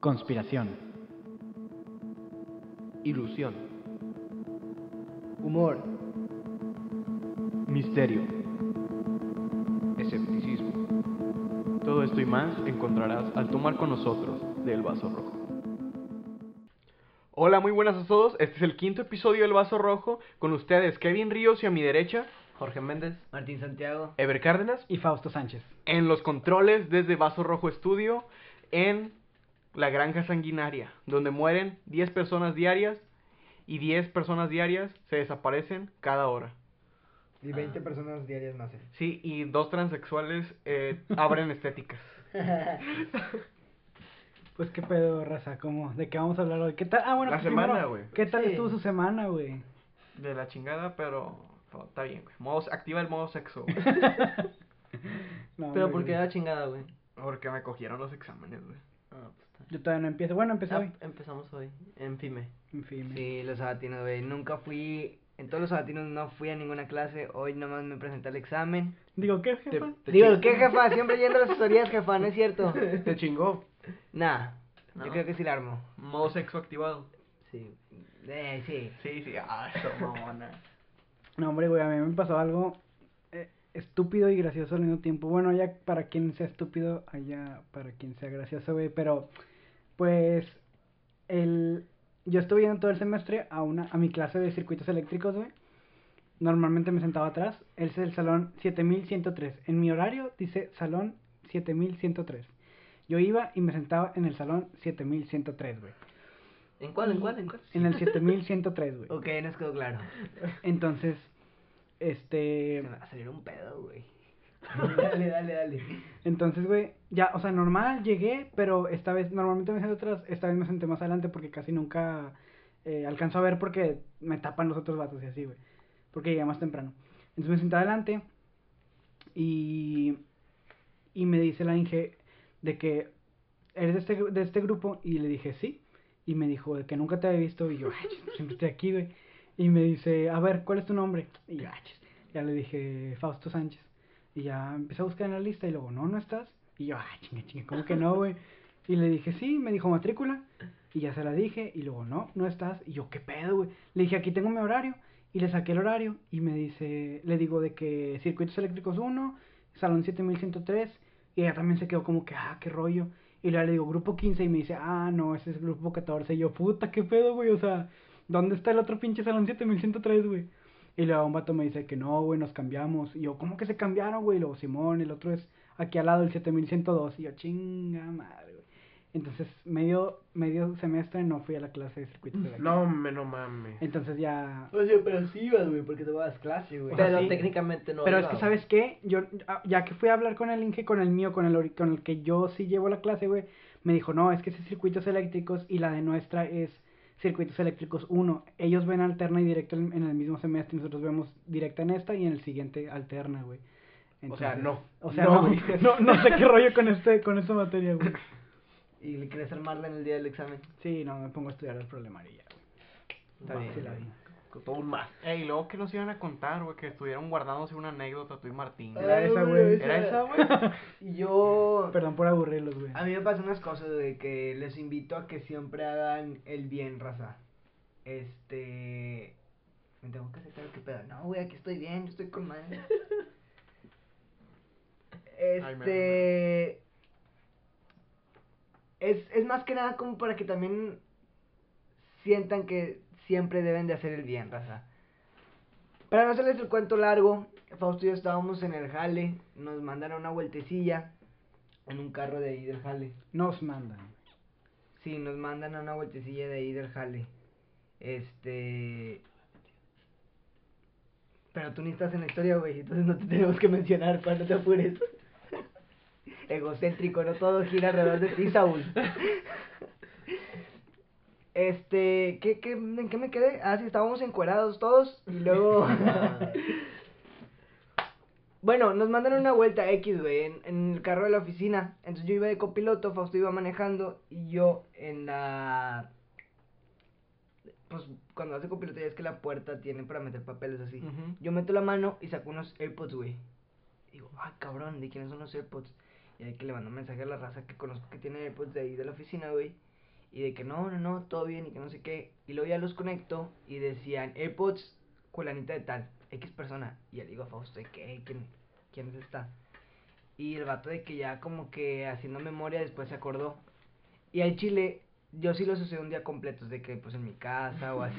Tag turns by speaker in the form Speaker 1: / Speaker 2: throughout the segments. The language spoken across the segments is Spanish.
Speaker 1: Conspiración. Ilusión.
Speaker 2: Humor.
Speaker 1: Misterio.
Speaker 3: Escepticismo. Todo esto y más encontrarás al tomar con nosotros del vaso rojo. Hola, muy buenas a todos. Este es el quinto episodio del Vaso Rojo. Con ustedes, Kevin Ríos y a mi derecha, Jorge Méndez,
Speaker 2: Martín Santiago.
Speaker 3: Ever Cárdenas.
Speaker 1: Y Fausto Sánchez.
Speaker 3: En los controles desde Vaso Rojo Estudio, en la Granja Sanguinaria, donde mueren 10 personas diarias y 10 personas diarias se desaparecen cada hora.
Speaker 2: Y 20 personas diarias nacen.
Speaker 4: eh.
Speaker 3: Sí, y dos transexuales eh, abren estéticas.
Speaker 1: Pues qué pedo, raza, ¿cómo? ¿De qué vamos a hablar hoy? ¿Qué tal? Ah, bueno,
Speaker 3: La
Speaker 1: pues
Speaker 3: semana,
Speaker 1: primero,
Speaker 3: güey.
Speaker 1: ¿Qué tal
Speaker 2: Sí.
Speaker 1: estuvo su semana, güey?
Speaker 3: De la chingada, pero pero está bien, güey. Modo- activa el modo sexo, güey.
Speaker 1: No, hombre,
Speaker 4: Pero porque
Speaker 1: güey.
Speaker 4: era chingada, güey.
Speaker 3: Porque me cogieron los exámenes, güey.
Speaker 4: Ah, pues está.
Speaker 1: Yo todavía no empiezo. Bueno, empecé
Speaker 4: Ah,
Speaker 1: hoy.
Speaker 4: empezamos hoy, en FIME.
Speaker 1: En fin.
Speaker 4: Sí,
Speaker 2: los sabatinos, güey. Nunca fui. En todos los sabatinos no fui a ninguna clase. Hoy nomás me presenté al examen.
Speaker 1: Digo, ¿qué, jefa?
Speaker 3: Te
Speaker 4: Digo,
Speaker 3: chin-
Speaker 4: ¿qué jefa? Siempre yendo a las asesorías, jefa, ¿no es cierto?
Speaker 3: Te chingó.
Speaker 4: Nah,
Speaker 3: No.
Speaker 4: yo creo que sí la armo.
Speaker 3: Modo sexo activado.
Speaker 4: Sí. Eh, sí.
Speaker 3: Sí, sí. Ah, eso, mamona.
Speaker 1: No, hombre, güey, a mí me pasó algo eh, estúpido y gracioso al mismo tiempo. Bueno, ya para quien sea estúpido, allá para quien sea gracioso, güey. Pero, pues, el... yo estuve yendo todo el semestre a, una, a mi clase de circuitos eléctricos, güey. Normalmente me sentaba atrás. Él es el salón 7103. En mi horario dice salón 7103. Yo iba y me sentaba en el salón 7103, güey.
Speaker 4: ¿En cuál, en cuál, en cuál?
Speaker 1: En el 7103, güey.
Speaker 4: Ok, nos quedó claro.
Speaker 1: Entonces, este...
Speaker 4: Se me va a salir un pedo, güey. dale, dale, dale.
Speaker 1: Entonces, güey, ya, o sea, normal llegué, pero esta vez, normalmente me siento atrás, esta vez me senté más adelante porque casi nunca eh, alcanzo a ver porque me tapan los otros vatos y así, güey. Porque llegué más temprano. Entonces me senté adelante y, y me dice la Inge de que eres de este, gru- de este grupo y le dije sí. Y me dijo de que nunca te había visto y yo, "Ay, chis, pues siempre estoy aquí, güey. Y me dice, a ver, ¿cuál es tu nombre? Y yo, "Ah, chis". ya le dije Fausto Sánchez. Y ya empecé a buscar en la lista y luego, no, no estás. Y yo, ah, chinga, chinga, ¿cómo que no, güey? Y le dije, sí, me dijo matrícula. Y ya se la dije. Y luego, no, no estás. Y yo, ¿qué pedo, güey? Le dije, aquí tengo mi horario. Y le saqué el horario. Y me dice, le digo de que circuitos eléctricos 1, salón 7103. Y ella también se quedó como que, ah, qué rollo. Y luego le digo, grupo 15. Y me dice, ah, no, ese es el grupo 14. Y yo, puta, qué pedo, güey. O sea, ¿dónde está el otro pinche salón 7103, güey? Y luego un vato me dice que no, güey, nos cambiamos. Y yo, ¿cómo que se cambiaron, güey? Y luego, Simón, el otro es aquí al lado, el 7102. Y yo, chinga madre, güey. Entonces, medio, medio semestre no fui a la clase de circuitos de
Speaker 3: Mm, No, me, no mames.
Speaker 1: Entonces ya...
Speaker 2: O sea, pero sí ibas, güey, porque te vas a clase, güey.
Speaker 1: O sea,
Speaker 4: Pero
Speaker 1: sí.
Speaker 4: técnicamente no.
Speaker 1: Pero es
Speaker 4: iba,
Speaker 1: que,
Speaker 4: güey.
Speaker 1: ¿sabes qué? Yo, ah, ya que fui a hablar con el Inge, con el mío, con el, ori- con el que yo sí llevo la clase, güey, me dijo, no, es que es de circuitos eléctricos y la de nuestra es circuitos eléctricos 1. Ellos ven alterna y directa en, en el mismo semestre, nosotros vemos directa en esta y en el siguiente alterna, güey.
Speaker 3: O sea,
Speaker 1: Entonces,
Speaker 3: no.
Speaker 1: O sea,
Speaker 3: No,
Speaker 1: no,
Speaker 3: güey.
Speaker 1: no, no sé qué rollo con este, con esta materia, güey.
Speaker 4: ¿Y le querés armarla en el día del examen?
Speaker 1: Sí, no, me pongo a estudiar el problema y ya, güey. Está bien,
Speaker 4: Bueno,
Speaker 1: sí la vi.
Speaker 4: con todo un más.
Speaker 3: Ey, luego que nos iban a contar, güey, que estuvieron guardándose una anécdota tú y Martín.
Speaker 1: Era esa, güey.
Speaker 3: ¿Era esa, güey?
Speaker 4: Yo.
Speaker 1: Perdón por aburrirlos, güey.
Speaker 4: A mí me pasan unas cosas de que les invito a que siempre hagan el bien, raza. Este. Me tengo que aceptar que pedo. No, güey, aquí estoy bien, yo estoy con madre.
Speaker 3: Ay, me-
Speaker 4: Este. Es, es más que nada como para que también sientan que siempre deben de hacer el bien, raza. Para no hacerles el cuento largo, Fausto y yo estábamos en el jale, nos mandaron una vueltecilla en un carro de ahí del jale.
Speaker 1: Nos mandan.
Speaker 4: Sí, nos mandan a una vueltecilla de ahí del jale. Este. Pero tú ni estás en la historia, güey, entonces no te tenemos que mencionar para no te apures. Egocéntrico, no todo gira alrededor de ti, Saúl. Este, ¿qué, qué, ¿en qué me quedé? Ah, sí, estábamos encuerados todos y luego... Bueno, nos mandaron una vuelta X, güey, en, en el carro de la oficina. Entonces yo iba de copiloto, Fausto iba manejando y yo en la... Pues cuando vas de copiloto ya es que la puerta tiene para meter papeles así.
Speaker 3: Ujú.
Speaker 4: Yo meto la mano y saco unos AirPods, güey. Digo, ay, cabrón, ¿de quiénes son los AirPods? Y de que le mandó un mensaje a la raza que conozco que tiene AirPods de ahí de la oficina, güey. Y de que no, no, no, todo bien y que no sé qué. Y luego ya los conecto y decían AirPods, culanita de tal, X persona. Y ya le digo a Fausto, de que, "Ey, ¿quién, ¿quién es esta? Y el vato de que ya como que haciendo memoria después se acordó. Y al chile, yo sí los usé un día completos, de que pues en mi casa o así.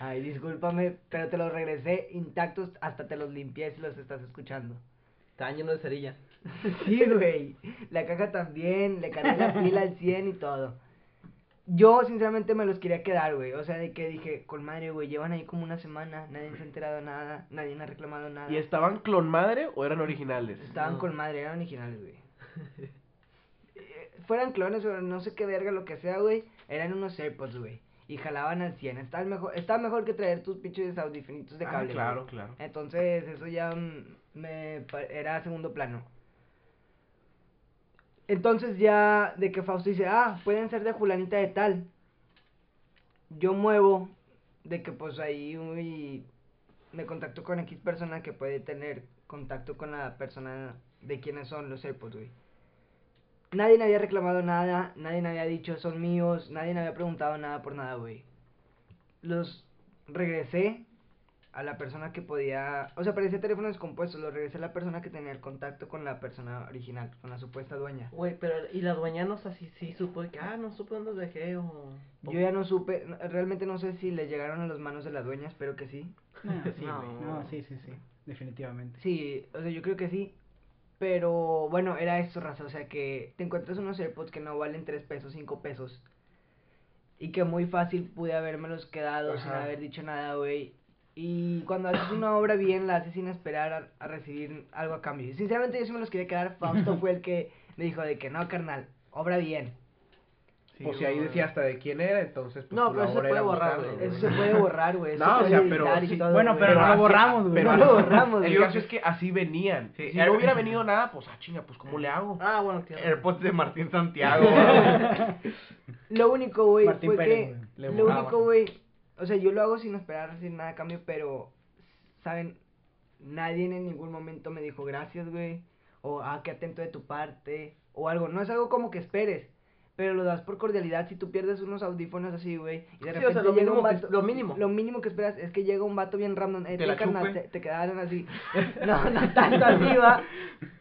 Speaker 4: Ay, discúlpame, pero te los regresé intactos, hasta te los limpié si los estás escuchando.
Speaker 5: Estaban llenos de cerilla.
Speaker 4: Sí, güey. La caja también, le cargué la pila al 100 y todo. Yo, sinceramente, me los quería quedar, güey. O sea, de que dije, con madre, güey, llevan ahí como una semana, nadie se ha enterado de nada, nadie ha reclamado nada.
Speaker 6: ¿Y estaban clon madre o eran originales?
Speaker 4: Estaban
Speaker 5: No.
Speaker 4: con madre, eran originales, güey. Eh, Fueran clones o no sé qué verga, lo que sea, güey. Eran unos AirPods, güey. Y jalaban al 100. Estaba mejor, estaba mejor que traer tus pinches audifinitos de
Speaker 6: Ah,
Speaker 4: cable. güey.
Speaker 6: claro, claro.
Speaker 4: Entonces, eso ya mm, me pa- era segundo plano. Entonces ya de que Fausto dice, ah, pueden ser de Julanita de tal. Yo muevo de que pues ahí uy, me contacto con X persona que puede tener contacto con la persona de quienes son los AirPods, güey. Nadie me había reclamado nada, nadie me había dicho son míos, nadie me había preguntado nada por nada, güey. Los regresé a la persona que podía, o sea, parecía teléfono descompuesto, los regresé a la persona que tenía el contacto con la persona original, con la supuesta dueña.
Speaker 5: Güey, pero y la dueña no sé si sí supo de que, ah, no supe dónde los dejé o... o-
Speaker 4: Yo ya no supe, n- realmente no sé si le llegaron a las manos de la dueña, espero que sí.
Speaker 1: No, sí, güey.
Speaker 5: No.
Speaker 1: No, sí, sí, sí. Definitivamente.
Speaker 4: Sí, o sea, yo creo que sí. Pero bueno, era esto, raza. O sea, que te encuentras unos AirPods que no valen 3 pesos, 5 pesos. Y que muy fácil pude habérmelos quedado sin
Speaker 6: Ajá.
Speaker 4: haber dicho nada, güey. Y cuando haces una obra bien, la haces sin esperar a, a recibir algo a cambio. Y sinceramente, yo sí me los quería quedar. Fausto fue el que me dijo de que no, carnal, obra bien.
Speaker 6: O pues si ahí
Speaker 5: güey.
Speaker 6: decía hasta de quién era, entonces pues
Speaker 5: No,
Speaker 6: tú
Speaker 5: pero
Speaker 6: la
Speaker 5: eso se
Speaker 6: hora
Speaker 5: puede
Speaker 6: era
Speaker 5: borrar,
Speaker 6: buscarlo,
Speaker 5: güey.
Speaker 4: Eso se puede borrar, güey. eso
Speaker 6: No,
Speaker 4: se
Speaker 6: o
Speaker 4: puede
Speaker 6: sea, pero
Speaker 4: editar y
Speaker 6: sí,
Speaker 4: todo,
Speaker 1: bueno,
Speaker 4: güey.
Speaker 1: pero no lo
Speaker 6: así-
Speaker 1: borramos, güey.
Speaker 4: No
Speaker 6: pero
Speaker 4: lo
Speaker 6: así-
Speaker 4: borramos,
Speaker 6: El
Speaker 4: güey.
Speaker 6: caso es que así venían.
Speaker 3: Sí,
Speaker 6: si
Speaker 3: era-
Speaker 6: no hubiera venido nada, pues ah, chinga, pues ¿cómo le hago?
Speaker 5: Ah, bueno, claro.
Speaker 3: AirPods de Martín Santiago.
Speaker 4: Lo único, güey,
Speaker 1: Martín
Speaker 4: fue
Speaker 1: Pérez,
Speaker 4: que...
Speaker 1: güey.
Speaker 6: Le
Speaker 4: Lo
Speaker 6: borraba.
Speaker 4: único, güey... O sea, yo lo hago sin esperar a recibir nada a cambio, pero... ¿Saben? Nadie en ningún momento me dijo gracias, güey. O, ah, qué atento de tu parte. O algo. No es algo como que esperes. Pero lo das por cordialidad. Si tú pierdes unos audífonos así, güey. Y de
Speaker 5: Sí, o
Speaker 4: repente
Speaker 5: sea, lo
Speaker 4: llega un
Speaker 5: mínimo que-
Speaker 4: vato-
Speaker 5: lo mínimo.
Speaker 4: Lo mínimo que esperas es que llega un vato bien random. Eh,
Speaker 3: Te
Speaker 4: te,
Speaker 3: la
Speaker 4: carnal,
Speaker 3: chupe.
Speaker 4: te- te quedaron así. no, no tanto así, va.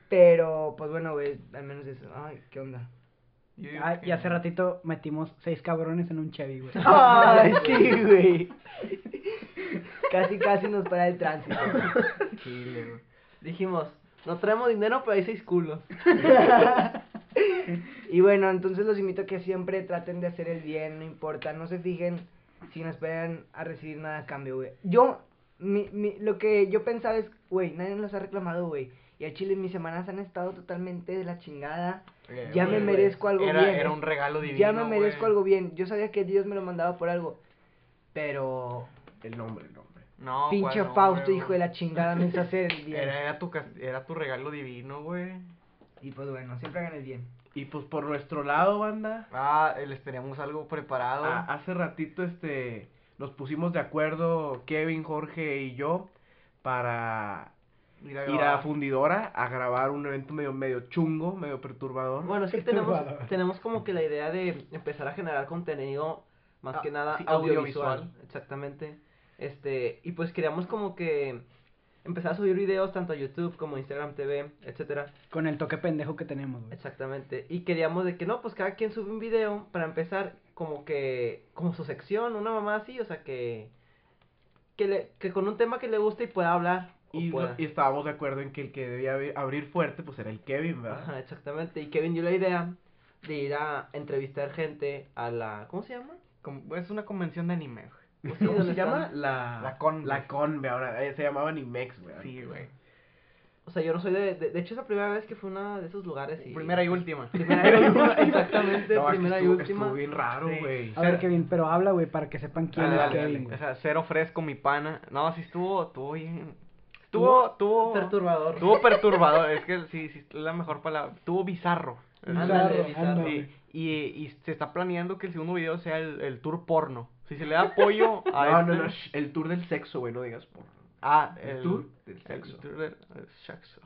Speaker 4: Pero, pues bueno, güey. Al menos eso. Ay, qué onda.
Speaker 3: Yo digo
Speaker 1: Ah,
Speaker 3: que-
Speaker 1: y hace ratito metimos seis cabrones en un Chevy, güey.
Speaker 4: Ay, sí, güey. Casi, casi nos para el tránsito.
Speaker 5: Chile, güey. Dijimos, no traemos dinero, pero hay seis culos.
Speaker 4: Y bueno, entonces los invito a que siempre traten de hacer el bien, no importa, no se fijen si no esperan a recibir nada a cambio, güey. Yo, mi, mi, lo que yo pensaba es, güey, nadie nos ha reclamado, güey. Y a Chile mis semanas han estado totalmente de la chingada.
Speaker 3: Eh,
Speaker 4: Ya me
Speaker 3: güey,
Speaker 4: merezco algo
Speaker 3: era,
Speaker 4: bien. ¿eh?
Speaker 3: Era un regalo divino.
Speaker 4: ya me merezco
Speaker 3: güey.
Speaker 4: algo bien. Yo sabía que Dios me lo mandaba por algo. Pero
Speaker 6: El nombre, el nombre.
Speaker 3: No,
Speaker 4: pinche
Speaker 3: cuál no,
Speaker 4: Fausto,
Speaker 3: güey.
Speaker 4: hijo de la chingada, me hizo hacer el bien.
Speaker 3: Era, era, tu, cas- era tu regalo divino, güey.
Speaker 4: Y pues bueno, siempre hagan el bien.
Speaker 6: Y pues por nuestro lado, banda,
Speaker 3: Ah, eh, les teníamos algo preparado.
Speaker 6: a- hace ratito este nos pusimos de acuerdo Kevin, Jorge y yo para
Speaker 3: Ir a
Speaker 6: ir a
Speaker 3: grabar.
Speaker 6: Fundidora a grabar un evento medio medio chungo, medio perturbador.
Speaker 5: Bueno, es que
Speaker 1: Perturbador.
Speaker 5: tenemos, tenemos como que la idea de empezar a generar contenido más
Speaker 3: Ah,
Speaker 5: que nada
Speaker 3: sí,
Speaker 5: audiovisual,
Speaker 3: audiovisual.
Speaker 5: Exactamente. Este, y pues queríamos como que empezar a subir videos tanto a YouTube como a Instagram TV, etcétera.
Speaker 1: Con el toque pendejo que tenemos, güey.
Speaker 5: Exactamente. Y queríamos de que no, pues cada quien sube un video para empezar como que como su sección, una mamá así, o sea que que le, que con un tema que le guste y pueda hablar o
Speaker 6: y,
Speaker 5: pueda.
Speaker 6: y estábamos de acuerdo en que el que debía abri- abrir fuerte pues era el Kevin, ¿verdad?
Speaker 5: Ajá, exactamente. Y Kevin dio la idea de ir a entrevistar gente a la ¿cómo se llama?
Speaker 3: Como- Es una convención de anime, güey.
Speaker 5: Pues sí,
Speaker 6: ¿Cómo
Speaker 5: ¿dónde
Speaker 6: se llama?
Speaker 5: están?
Speaker 6: La,
Speaker 3: La Conve.
Speaker 6: La Conve, ahora. eh, se llamaba Animex, güey.
Speaker 3: Sí, güey.
Speaker 5: O sea, yo no soy de, de... de hecho, es la primera vez que fue una de esos lugares y...
Speaker 3: Primera y última.
Speaker 5: Primera y última, exactamente.
Speaker 6: No, es que
Speaker 5: primera y
Speaker 6: estuvo-
Speaker 5: última.
Speaker 6: Estuvo bien raro,
Speaker 3: Sí.
Speaker 6: güey.
Speaker 1: A ver, Kevin, pero habla, güey, para que sepan quién
Speaker 3: Dale,
Speaker 1: es
Speaker 3: Ah, dale,
Speaker 1: Kevin,
Speaker 3: dale.
Speaker 1: güey.
Speaker 3: O sea, cero fresco, mi pana. No, sí estuvo, estuvo bien. Estuvo, estuvo.
Speaker 5: Perturbador.
Speaker 3: Estuvo perturbador. es que sí, sí, es la mejor palabra. Estuvo bizarro.
Speaker 5: Ándale,
Speaker 1: Bizarro,
Speaker 5: bizarro.
Speaker 1: ándale.
Speaker 3: Sí, y, y se está planeando que el segundo video sea el, el tour porno. Si se le da apoyo a
Speaker 6: No,
Speaker 3: este-
Speaker 6: no, no. shh, El tour del sexo, güey, no digas por.
Speaker 3: Ah,
Speaker 6: El
Speaker 3: el,
Speaker 6: tour del
Speaker 3: el
Speaker 6: sexo.
Speaker 3: tour del- el sexo.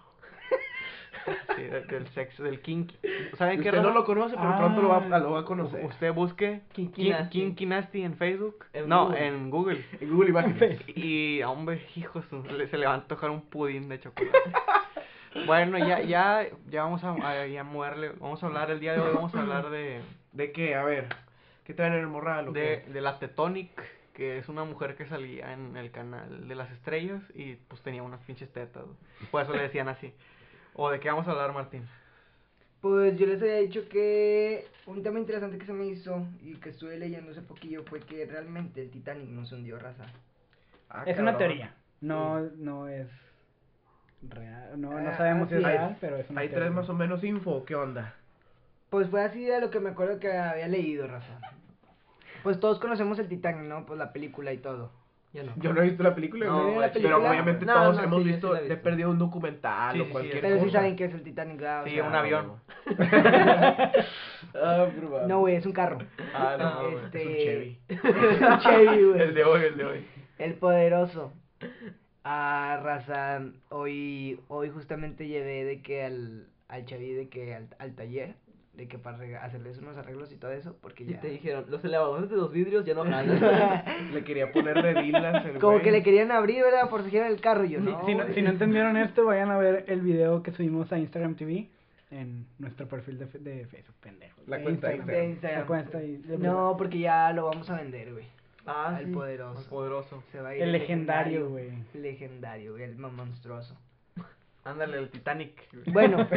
Speaker 3: Sí, de- del sexo, del kinky. ¿Saben qué
Speaker 6: Usted no
Speaker 3: raza?
Speaker 6: lo conoce, pero pronto lo va, lo va a conocer.
Speaker 3: Usted busque
Speaker 5: Kinky
Speaker 3: Kin-
Speaker 5: Nasty.
Speaker 3: Kinky Nasty en Facebook.
Speaker 5: En
Speaker 3: no,
Speaker 5: Google.
Speaker 3: en Google.
Speaker 6: En Google Imágenes.
Speaker 3: Y, hombre, hijo, de su- le- se le va a antojar un pudín de chocolate. bueno, ya, ya, ya vamos a, a- ya moverle. Vamos a hablar el día de hoy, vamos a hablar de,
Speaker 6: ¿De qué? A ver. ¿Qué traen en el morral o
Speaker 3: de,
Speaker 6: qué?
Speaker 3: de la Tetonic, que es una mujer que salía en el canal de las estrellas y pues tenía unas pinches tetas. güey. Por eso le decían así. ¿O de qué vamos a hablar, Martín?
Speaker 4: Pues yo les había dicho que un tema interesante que se me hizo y que estuve leyendo hace poquillo fue que realmente el Titanic no se hundió raza.
Speaker 6: Ah,
Speaker 1: es una
Speaker 6: cabrón.
Speaker 1: teoría. No, no es real. No, no
Speaker 4: Ah,
Speaker 1: sabemos si es
Speaker 4: así es.
Speaker 1: real, pero es una
Speaker 6: Ahí
Speaker 1: teoría.
Speaker 6: traes más o menos info, ¿qué onda?
Speaker 4: Pues fue así de lo que me acuerdo que había leído raza. Pues todos conocemos el Titanic, ¿no? Pues la película y todo.
Speaker 5: Yo no.
Speaker 6: Yo no he visto la película,
Speaker 4: No,
Speaker 6: güey,
Speaker 4: güey,
Speaker 6: pero
Speaker 4: película-
Speaker 6: obviamente
Speaker 5: No,
Speaker 6: todos
Speaker 5: no,
Speaker 6: hemos
Speaker 5: sí, yo sí
Speaker 6: visto,
Speaker 5: la he
Speaker 6: he
Speaker 5: visto.
Speaker 6: perdido un documental
Speaker 3: Sí,
Speaker 6: o
Speaker 3: sí, sí,
Speaker 6: cualquier
Speaker 4: Pero sí
Speaker 6: cosa.
Speaker 4: saben que es el Titanic, ¿verdad? O
Speaker 3: Sí,
Speaker 4: sea,
Speaker 3: un avión.
Speaker 6: Ah, pero va.
Speaker 4: No, güey, es un carro.
Speaker 3: Ah, no, güey.
Speaker 4: este-
Speaker 6: Es un Chevy.
Speaker 4: Es un Chevy, güey.
Speaker 3: El de hoy, el de hoy.
Speaker 4: El poderoso. Ah, raza, hoy, hoy justamente llevé de que al, al Chavi, de que al, al taller, de que para rega- hacerles unos arreglos y todo eso, porque
Speaker 5: Y
Speaker 4: ya...
Speaker 5: te dijeron, los elevadores de los vidrios ya no jalan.
Speaker 6: Ah, Le quería poner redilas el
Speaker 4: Como
Speaker 6: güey.
Speaker 4: que le querían abrir, ¿verdad? Por si era el carro, y yo
Speaker 1: Si-
Speaker 4: no.
Speaker 1: si, no,
Speaker 4: güey.
Speaker 1: si no entendieron esto, vayan a ver el video que subimos a Instagram TV en nuestro perfil de, fe- de Facebook, pendejo.
Speaker 6: La
Speaker 1: De
Speaker 6: cuenta de
Speaker 1: Instagram.
Speaker 4: De Instagram.
Speaker 1: La cuenta y- de-
Speaker 4: No, porque ya lo vamos a vender, güey.
Speaker 5: ah,
Speaker 4: al
Speaker 5: sí.
Speaker 4: poderoso.
Speaker 3: Muy poderoso.
Speaker 4: Se va a ir
Speaker 1: El legendario, güey.
Speaker 4: Legendario, güey, el más monstruoso.
Speaker 3: Ándale, el Titanic.
Speaker 4: Bueno,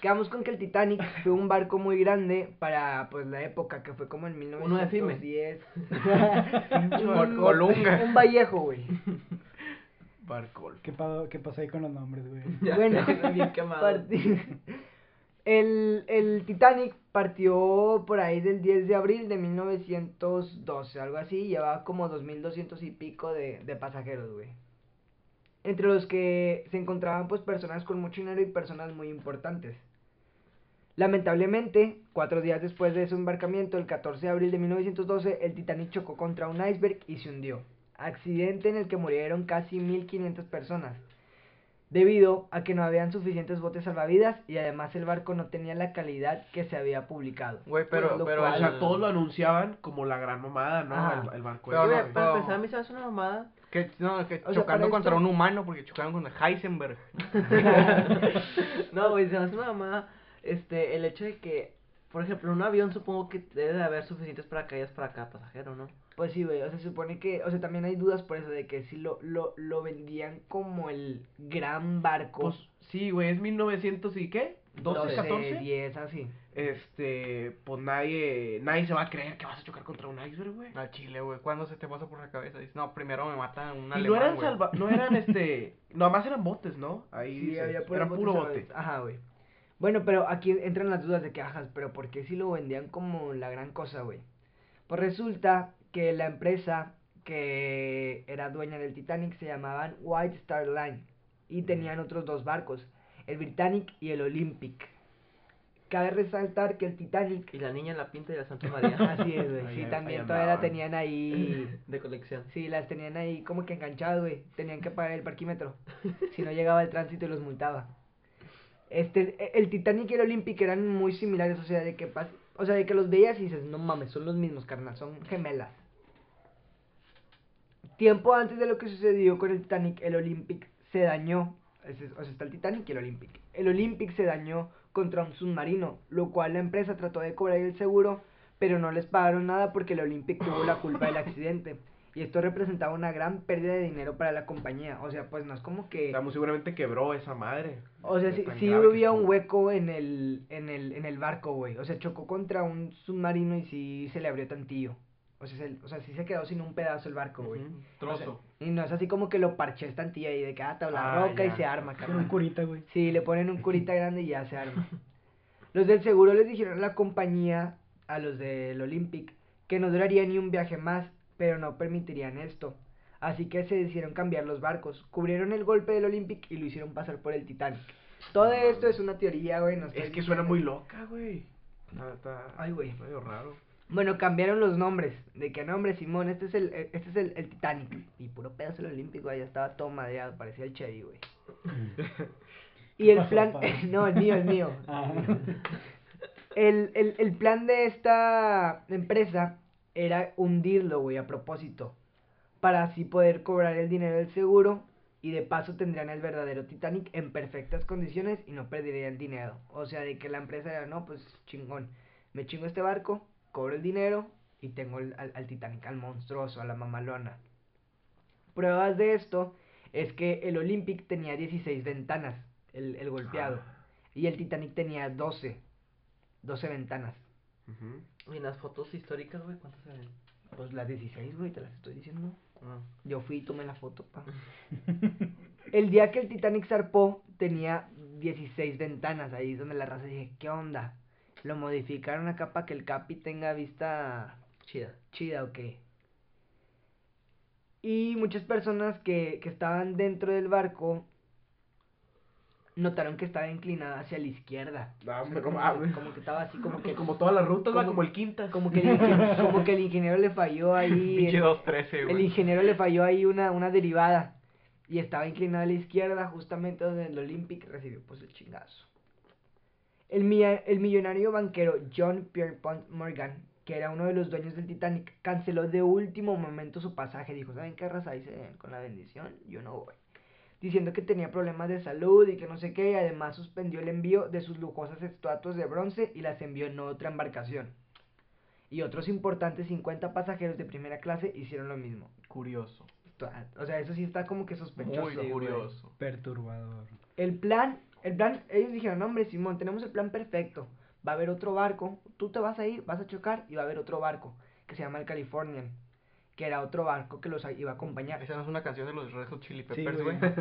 Speaker 4: quedamos con que el Titanic fue un barco muy grande para pues la época que fue como en
Speaker 5: Uno de Fimes.
Speaker 4: 1910.
Speaker 3: Col- Colunga.
Speaker 4: Un vallejo, güey.
Speaker 6: Barcol.
Speaker 1: ¿Qué, pa- ¿Qué pasó ahí con los nombres, güey?
Speaker 5: Ya,
Speaker 4: Bueno,
Speaker 5: bien quemado.
Speaker 4: parti- el, el Titanic partió por ahí del 10 de abril de 1912, algo así, y llevaba como 2200 y pico de, de pasajeros, güey. Entre los que se encontraban pues personas con mucho dinero y personas muy importantes. Lamentablemente, cuatro días después de su embarcamiento, el 14 de abril de 1912, el Titanic chocó contra un iceberg y se hundió. Accidente en el que murieron casi 1.500 personas, debido a que no habían suficientes botes salvavidas y además el barco no tenía la calidad que se había publicado.
Speaker 3: Güey, pero,
Speaker 5: Bueno, lo
Speaker 3: pero,
Speaker 5: cual-
Speaker 6: O sea,
Speaker 3: al-
Speaker 6: todos lo anunciaban como la gran mamada, ¿no?
Speaker 5: Ah.
Speaker 6: el, el barco.
Speaker 3: Pero
Speaker 5: Oye,
Speaker 3: no,
Speaker 6: ese,
Speaker 5: para
Speaker 6: güey.
Speaker 3: pero-
Speaker 5: empezar, a mí se me hace una mamada.
Speaker 3: que, no, que
Speaker 4: sea, para
Speaker 3: chocando
Speaker 4: esto-
Speaker 3: contra un humano porque chocaron contra Heisenberg.
Speaker 5: No, güey, se me hace una mamada. Este, el hecho de que, por ejemplo, en un avión supongo que debe de haber suficientes paracaídas para cada pasajero, ¿no?
Speaker 4: Pues sí, güey, o sea, se supone que, o sea, también hay dudas por eso de que si lo, lo, lo vendían como el gran barco.
Speaker 6: Pues sí, güey, es 1900 y qué? 12, 14.
Speaker 4: 10, así.
Speaker 6: Este, pues nadie, nadie se va a creer que vas a chocar contra un iceberg, güey.
Speaker 3: Al chile, güey. ¿Cuándo se te pasa por la cabeza? Dices, no, primero me mata un
Speaker 6: Y
Speaker 3: alemán,
Speaker 6: no eran
Speaker 3: güey".
Speaker 6: salva, no eran este, nomás eran botes, ¿no? Ahí
Speaker 4: Sí,
Speaker 6: dice,
Speaker 4: había puros
Speaker 6: era
Speaker 4: botes ah,
Speaker 6: puro
Speaker 4: salvajes.
Speaker 6: bote.
Speaker 4: Ajá, güey. Bueno, pero aquí entran las dudas de que, ajá, pero ¿por qué si lo vendían como la gran cosa, güey? Pues resulta que la empresa que era dueña del Titanic se llamaban White Star Line y
Speaker 6: Mm.
Speaker 4: tenían otros dos barcos, el Britannic y el Olympic. Cabe resaltar que el Titanic...
Speaker 5: Y la niña en la pinta y la Santa María.
Speaker 4: Así es, güey.
Speaker 6: Ahí-
Speaker 4: Sí,
Speaker 6: ahí
Speaker 4: también
Speaker 6: andaban.
Speaker 4: todavía la tenían ahí...
Speaker 5: De colección.
Speaker 4: Sí, las tenían ahí como que enganchadas, güey. Tenían que pagar el parquímetro. si no llegaba el tránsito y los multaba. Este, e- el Titanic y el Olympic eran muy similares, o sea, de que pas- o sea, de que los veías y dices, no mames, son los mismos, carnal, son gemelas. Tiempo antes de lo que sucedió con el Titanic, el Olympic se dañó. Ese es- O sea, está el Titanic y el Olympic. El Olympic se dañó contra un submarino, lo cual la empresa trató de cobrar el seguro, pero no les pagaron nada porque el Olympic tuvo la culpa del accidente. Y esto representaba una gran pérdida de dinero para la compañía. O sea, pues no es como que...
Speaker 6: O sea, muy seguramente quebró esa madre.
Speaker 4: O sea,
Speaker 6: De
Speaker 4: sí,
Speaker 6: tan
Speaker 4: sí
Speaker 6: grave que
Speaker 4: había un
Speaker 6: estuvo.
Speaker 4: hueco en el, en el, en el barco, güey. O sea, chocó contra un submarino y sí se le abrió tantillo. O sea, se, o sea sí se quedó sin un pedazo el barco, güey.
Speaker 3: Ujú,
Speaker 4: O sea,
Speaker 3: Trozo.
Speaker 4: y no es así como que lo parches tantillo ahí de que ah, tabla
Speaker 6: Ah,
Speaker 4: roca
Speaker 6: ya.
Speaker 4: y se arma,
Speaker 1: Con un
Speaker 4: cabrón.
Speaker 1: curita, güey.
Speaker 4: Sí, le ponen un curita grande y ya se arma. Los del seguro les dijeron a la compañía, a los del Olympic, que no duraría ni un viaje más, pero no permitirían esto. Así que se decidieron cambiar los barcos, cubrieron el golpe del Olympic y lo hicieron pasar por el Titanic. Todo esto es una teoría, güey. no estoy
Speaker 6: Es que suena muy
Speaker 4: diciendo-
Speaker 6: loca, güey. Está- está-
Speaker 4: Ay, güey.
Speaker 6: Medio raro.
Speaker 4: Bueno, cambiaron los nombres. De que nombre, Simón, este es el, este es el, el Titanic. Y puro pedazo el Olímpico, ahí estaba todo madreado, parecía el Chevy, güey. Y
Speaker 1: ¿Qué
Speaker 4: el
Speaker 1: pasó,
Speaker 4: plan...
Speaker 1: Pablo?
Speaker 4: no, el mío, el mío.
Speaker 1: Ah.
Speaker 4: El, el, el plan de esta empresa era hundirlo, güey, a propósito. Para así poder cobrar el dinero del seguro. Y de paso tendrían el verdadero Titanic en perfectas condiciones y no perdería el dinero. O sea, de que la empresa era, no, pues chingón. Me chingo este barco, cobro el dinero y tengo el- al, al Titanic, al monstruoso, a la mamalona. Pruebas de esto es que el Olympic tenía 16 ventanas, el, el golpeado. Y el Titanic tenía 12. 12 ventanas.
Speaker 6: Ujú.
Speaker 5: Y en las fotos históricas, güey, ¿cuántas se ven?
Speaker 4: Pues las 16, güey, te las estoy diciendo.
Speaker 5: Ah.
Speaker 4: Yo fui y tomé la foto, pa. El día que el Titanic zarpó, tenía 16 ventanas. Ahí es donde la raza dije, ¿qué onda? Lo modificaron acá para que el Capi tenga vista
Speaker 5: Chida.
Speaker 4: chida o qué. Y muchas personas que, que estaban dentro del barco notaron que estaba inclinada hacia la izquierda.
Speaker 6: No, hombre, no
Speaker 4: como,
Speaker 6: mames.
Speaker 4: como que estaba así, como que
Speaker 6: Como todas las rutas, va
Speaker 4: como-
Speaker 6: como el quinta.
Speaker 4: como que, el ingen- como que el ingeniero le falló ahí.
Speaker 3: Pinche
Speaker 4: el-
Speaker 3: 213,
Speaker 4: el
Speaker 3: güey.
Speaker 4: ingeniero le falló ahí una, una derivada. Y estaba inclinada a la izquierda, justamente donde el Olympic recibió pues el chingazo. El, mia- el millonario banquero John Pierpont Morgan, que era uno de los dueños del Titanic, canceló de último momento su pasaje. Dijo, ¿saben qué raza? Ahí se ven con la bendición, yo no voy. Diciendo que tenía problemas de salud y que no sé qué, y además suspendió el envío de sus lujosas estatuas de bronce y las envió en otra embarcación. Y otros importantes 50 pasajeros de primera clase hicieron lo mismo.
Speaker 3: Curioso.
Speaker 4: Ta- O sea, eso sí está como que sospechoso.
Speaker 3: Muy
Speaker 4: güey.
Speaker 3: curioso.
Speaker 1: Perturbador.
Speaker 4: El plan, el plan, ellos dijeron, no, hombre, Simón, tenemos el plan perfecto. Va a haber otro barco, tú te vas a ir, vas a chocar y va a haber otro barco, que se llama el Californian, que era otro barco que los a- iba a acompañar.
Speaker 3: Esa no es una canción de los Red Hot Chili
Speaker 1: Sí,
Speaker 3: Peppers,
Speaker 1: güey.
Speaker 3: güey.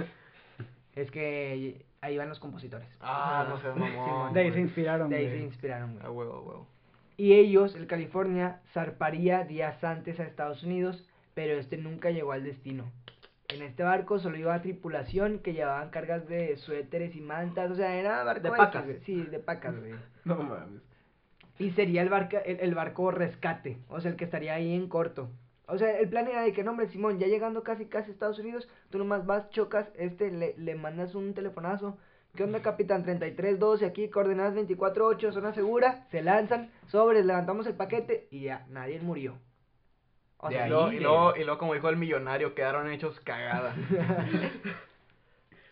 Speaker 4: Es que ahí van los compositores.
Speaker 3: ah, no seas mamón.
Speaker 1: De ahí se
Speaker 3: güey.
Speaker 1: inspiraron,
Speaker 4: De ahí se
Speaker 1: güey.
Speaker 4: inspiraron, güey.
Speaker 3: A huevo, a huevo.
Speaker 4: Y ellos, el California, zarparía días antes a Estados Unidos, pero este nunca llegó al destino. En este barco solo iba tripulación que llevaban cargas de suéteres y mantas, o sea, era barco
Speaker 5: De
Speaker 4: X,
Speaker 5: pacas.
Speaker 4: güey. Sí, de pacas, güey.
Speaker 6: No mames.
Speaker 4: Y sería el, barca, el, el barco rescate, o sea, el que estaría ahí en corto. O sea, el plan era de que, no, hombre, Simón, ya llegando casi casi a Estados Unidos, tú nomás vas, chocas, este, le, le mandas un telefonazo. ¿Qué onda, capitán? 3312, aquí, coordenadas 248, zona segura. Se lanzan, sobres, levantamos el paquete y ya, nadie murió. O
Speaker 6: De
Speaker 3: y,
Speaker 4: sea,
Speaker 6: ahí,
Speaker 3: luego, y,
Speaker 6: güey.
Speaker 3: luego, y luego, como dijo el millonario, quedaron hechos cagadas.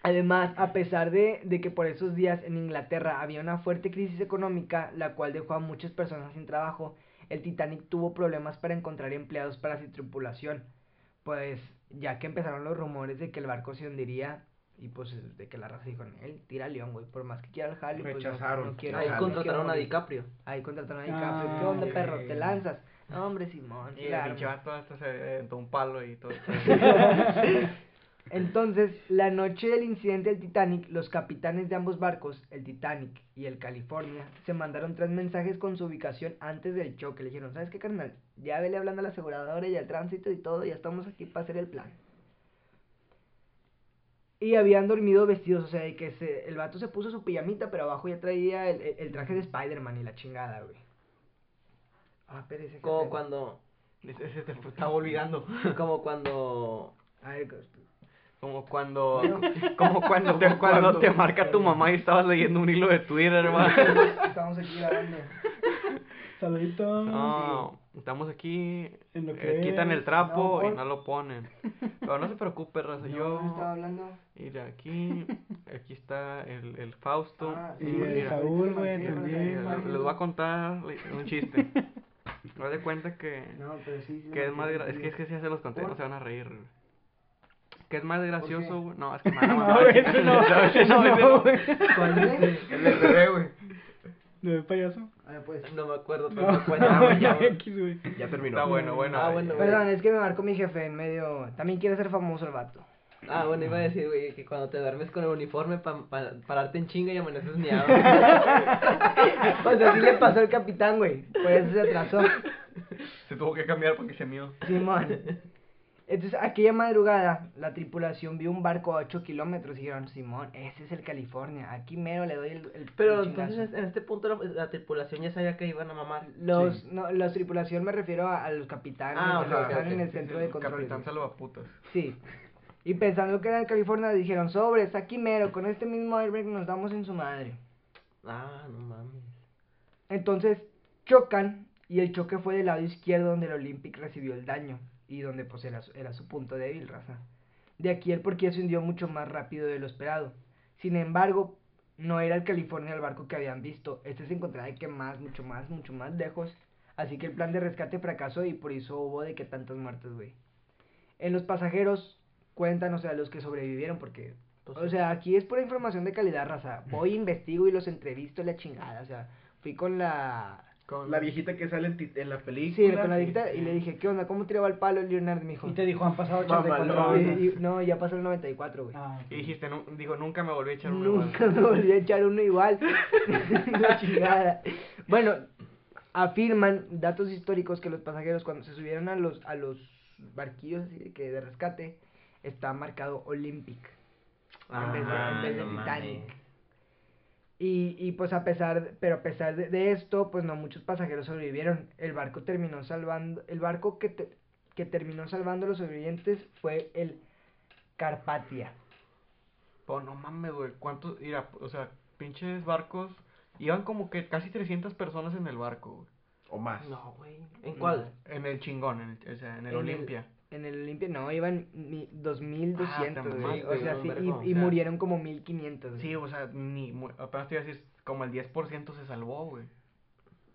Speaker 4: Además, a pesar de, de que por esos días en Inglaterra había una fuerte crisis económica, la cual dejó a muchas personas sin trabajo, el Titanic tuvo problemas para encontrar empleados para su tripulación, pues ya que empezaron los rumores de que el barco se hundiría y pues de que la raza dijo, él tira a León, güey, por más que quiera el jale, pues, no-
Speaker 6: Rechazaron.
Speaker 4: no quiero-
Speaker 5: Ahí
Speaker 4: no
Speaker 6: Ajá.
Speaker 5: contrataron
Speaker 4: quiero
Speaker 5: a
Speaker 4: morir".
Speaker 5: DiCaprio.
Speaker 4: Ahí contrataron a
Speaker 1: Ah,
Speaker 4: DiCaprio, ¿qué onda,
Speaker 1: ok.
Speaker 4: perro? ¿Te lanzas? No, hombre, Simón, Ah. sí
Speaker 3: y el
Speaker 4: la
Speaker 3: pinche
Speaker 4: armo".
Speaker 3: vato hasta se aventó un palo y todo.
Speaker 4: Entonces, la noche del incidente del Titanic, los capitanes de ambos barcos, el Titanic y el California, se mandaron tres mensajes con su ubicación antes del choque. Le dijeron, ¿sabes qué, carnal? Ya vele hablando a la aseguradora y al tránsito y todo, ya estamos aquí para hacer el plan. Y habían dormido vestidos, o sea, de que se- el vato se puso su pijamita, pero abajo ya traía el, el- el traje de Spider-Man y la chingada, güey. Ah, pereza,
Speaker 5: Como cuando.
Speaker 3: Ese se te estaba olvidando.
Speaker 5: Como cuando.
Speaker 4: A ver, co-
Speaker 3: Como cuando, como cuando te, cuando te marca tu mamá y estabas leyendo un hilo de Twitter, hermano.
Speaker 4: estamos aquí grabando.
Speaker 1: Saluditos.
Speaker 3: No, estamos aquí,
Speaker 1: En lo
Speaker 3: eh,
Speaker 1: que
Speaker 3: quitan
Speaker 1: es,
Speaker 3: el trapo
Speaker 1: no,
Speaker 3: y
Speaker 1: pon-
Speaker 3: no lo ponen. Pero no se preocupe, raza, yo...
Speaker 4: Yo estaba hablando.
Speaker 3: Mira, aquí, aquí está el, el Fausto.
Speaker 4: Ah,
Speaker 1: Y
Speaker 4: Sí,
Speaker 1: el
Speaker 3: mira,
Speaker 1: Saúl, güey,
Speaker 4: sí,
Speaker 3: eh,
Speaker 1: también.
Speaker 3: les voy a contar le- un chiste. No de cuenta que,
Speaker 4: No, pero sí. sí,
Speaker 3: que
Speaker 4: no,
Speaker 3: es más
Speaker 4: sí,
Speaker 3: gra- Es
Speaker 4: sí.
Speaker 3: que, es que si se los conté, no
Speaker 4: ¿Por?
Speaker 3: se van a reír. güey. Que es más gracioso, güey. No, es que me van a
Speaker 1: No,
Speaker 3: mamar.
Speaker 1: güey, ese no,
Speaker 3: No, ese no, ese
Speaker 1: no,
Speaker 3: no.
Speaker 1: güey.
Speaker 4: ¿Cuál es?
Speaker 6: El del bebé, güey.
Speaker 1: ¿No ve payaso?
Speaker 4: A ver, pues.
Speaker 5: No me acuerdo, pero
Speaker 1: No, pues,
Speaker 3: pues,
Speaker 5: bueno, ya, ya.
Speaker 1: X, güey.
Speaker 6: Ya terminó.
Speaker 3: Está bueno, bueno.
Speaker 5: Ah,
Speaker 3: eh,
Speaker 5: bueno, güey.
Speaker 4: Perdón, es que me marcó mi jefe en medio. También quiere ser famoso el vato.
Speaker 5: Ah, bueno, iba a decir, güey, que cuando te duermes con el uniforme pa- pa- pararte en chinga y amaneces miado.
Speaker 4: O sea, sí le pasó al capitán, güey. Por eso se atrasó.
Speaker 3: Se tuvo que cambiar porque se mío.
Speaker 4: Simón. Entonces, aquella madrugada, la tripulación vio un barco a 8 kilómetros y dijeron: Simón, ese es el California. Aquí mero le doy el. el-
Speaker 5: Pero
Speaker 4: el chingazo".
Speaker 5: entonces en este punto la, la tripulación ya sabía que iban a mamar.
Speaker 4: Los, no, la tripulación me refiero a, a los capitanes,
Speaker 5: Ah,
Speaker 4: a los
Speaker 5: ok,
Speaker 4: que
Speaker 5: ok,
Speaker 4: están
Speaker 5: ok.
Speaker 4: en el centro de control.
Speaker 3: Capitán Salvaputas.
Speaker 4: Sí. Y pensando que era en California, dijeron, sobres, aquí mero, con este mismo airbag nos damos en su madre.
Speaker 5: Ah, no mames.
Speaker 4: Entonces chocan y el choque fue del lado izquierdo donde el Olympic recibió el daño y donde pues era, su- era su punto débil, raza. De aquí el porqué se hundió mucho más rápido de lo esperado. Sin embargo, no era el California el barco que habían visto. Este se encontraba de que más, mucho más, mucho más lejos. Así que el plan de rescate fracasó y por eso hubo de que tantas muertes, güey. En los pasajeros cuentan, o sea, los que sobrevivieron porque
Speaker 5: Pues
Speaker 4: o
Speaker 5: sí.
Speaker 4: sea, aquí es pura información de calidad, raza. Voy, investigo y los entrevisto y la chingada. O sea, fui con la.
Speaker 5: Con...
Speaker 6: La viejita que sale en, ti- en la
Speaker 4: Sí,
Speaker 6: película.
Speaker 4: con la dicta y le dije, ¿qué onda? ¿Cómo tiraba el palo Leonardo, mijo?
Speaker 1: Y te dijo, han pasado
Speaker 6: Mamalón.
Speaker 1: 84
Speaker 4: No,
Speaker 1: años.
Speaker 4: y- y- no, ya pasó el 94, güey.
Speaker 1: Ah,
Speaker 3: Y dijiste, "Nu- digo, nunca me volví a echar una
Speaker 4: Nunca me volví a echar uno igual. La chingada. Bueno, afirman datos históricos que los pasajeros cuando se subieron a los a los barquillos así de que de rescate está marcado Olympic en vez de, en
Speaker 5: Ah,
Speaker 4: vez de
Speaker 5: no
Speaker 4: Titanic.
Speaker 5: mames.
Speaker 4: Y, y pues a pesar, pero a pesar de, de esto, pues no muchos pasajeros sobrevivieron. El barco terminó salvando, el barco que, te- que terminó salvando a los sobrevivientes fue el Carpatia.
Speaker 3: Oh, no mames, güey. ¿Cuántos? Mira, o sea, pinches barcos. Iban como que casi 300 personas en el barco, güey.
Speaker 6: O más.
Speaker 5: No, güey. ¿En cuál?
Speaker 3: En el chingón, en el, o sea, en el
Speaker 4: En el-
Speaker 3: Olimpia.
Speaker 4: En el Olimpia, no, iban mi- 2200,
Speaker 3: Ah, te
Speaker 4: güey.
Speaker 3: mamaste,
Speaker 4: o sea,
Speaker 5: güey,
Speaker 4: sí,
Speaker 5: un
Speaker 4: y,
Speaker 5: vergo,
Speaker 4: y
Speaker 5: o sea.
Speaker 4: murieron como 1500, güey.
Speaker 3: Sí, o sea, ni, mu- apenas te iba a decir, como el 10% se salvó, güey.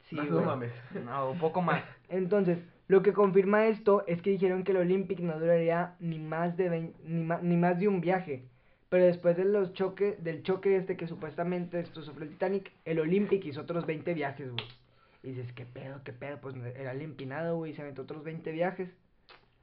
Speaker 4: Sí,
Speaker 6: No,
Speaker 4: güey.
Speaker 6: no mames.
Speaker 3: No, un poco más.
Speaker 4: Entonces, lo que confirma esto es que dijeron que el Olympic no duraría ni más de vein- ni, ma- ni más de un viaje. Pero después de los choque, del choque este que supuestamente esto sufrió el Titanic, el Olympic hizo otros 20 viajes, güey. Y dices, ¿qué pedo, qué pedo? Pues era el empinado, güey, se aventó otros 20 viajes.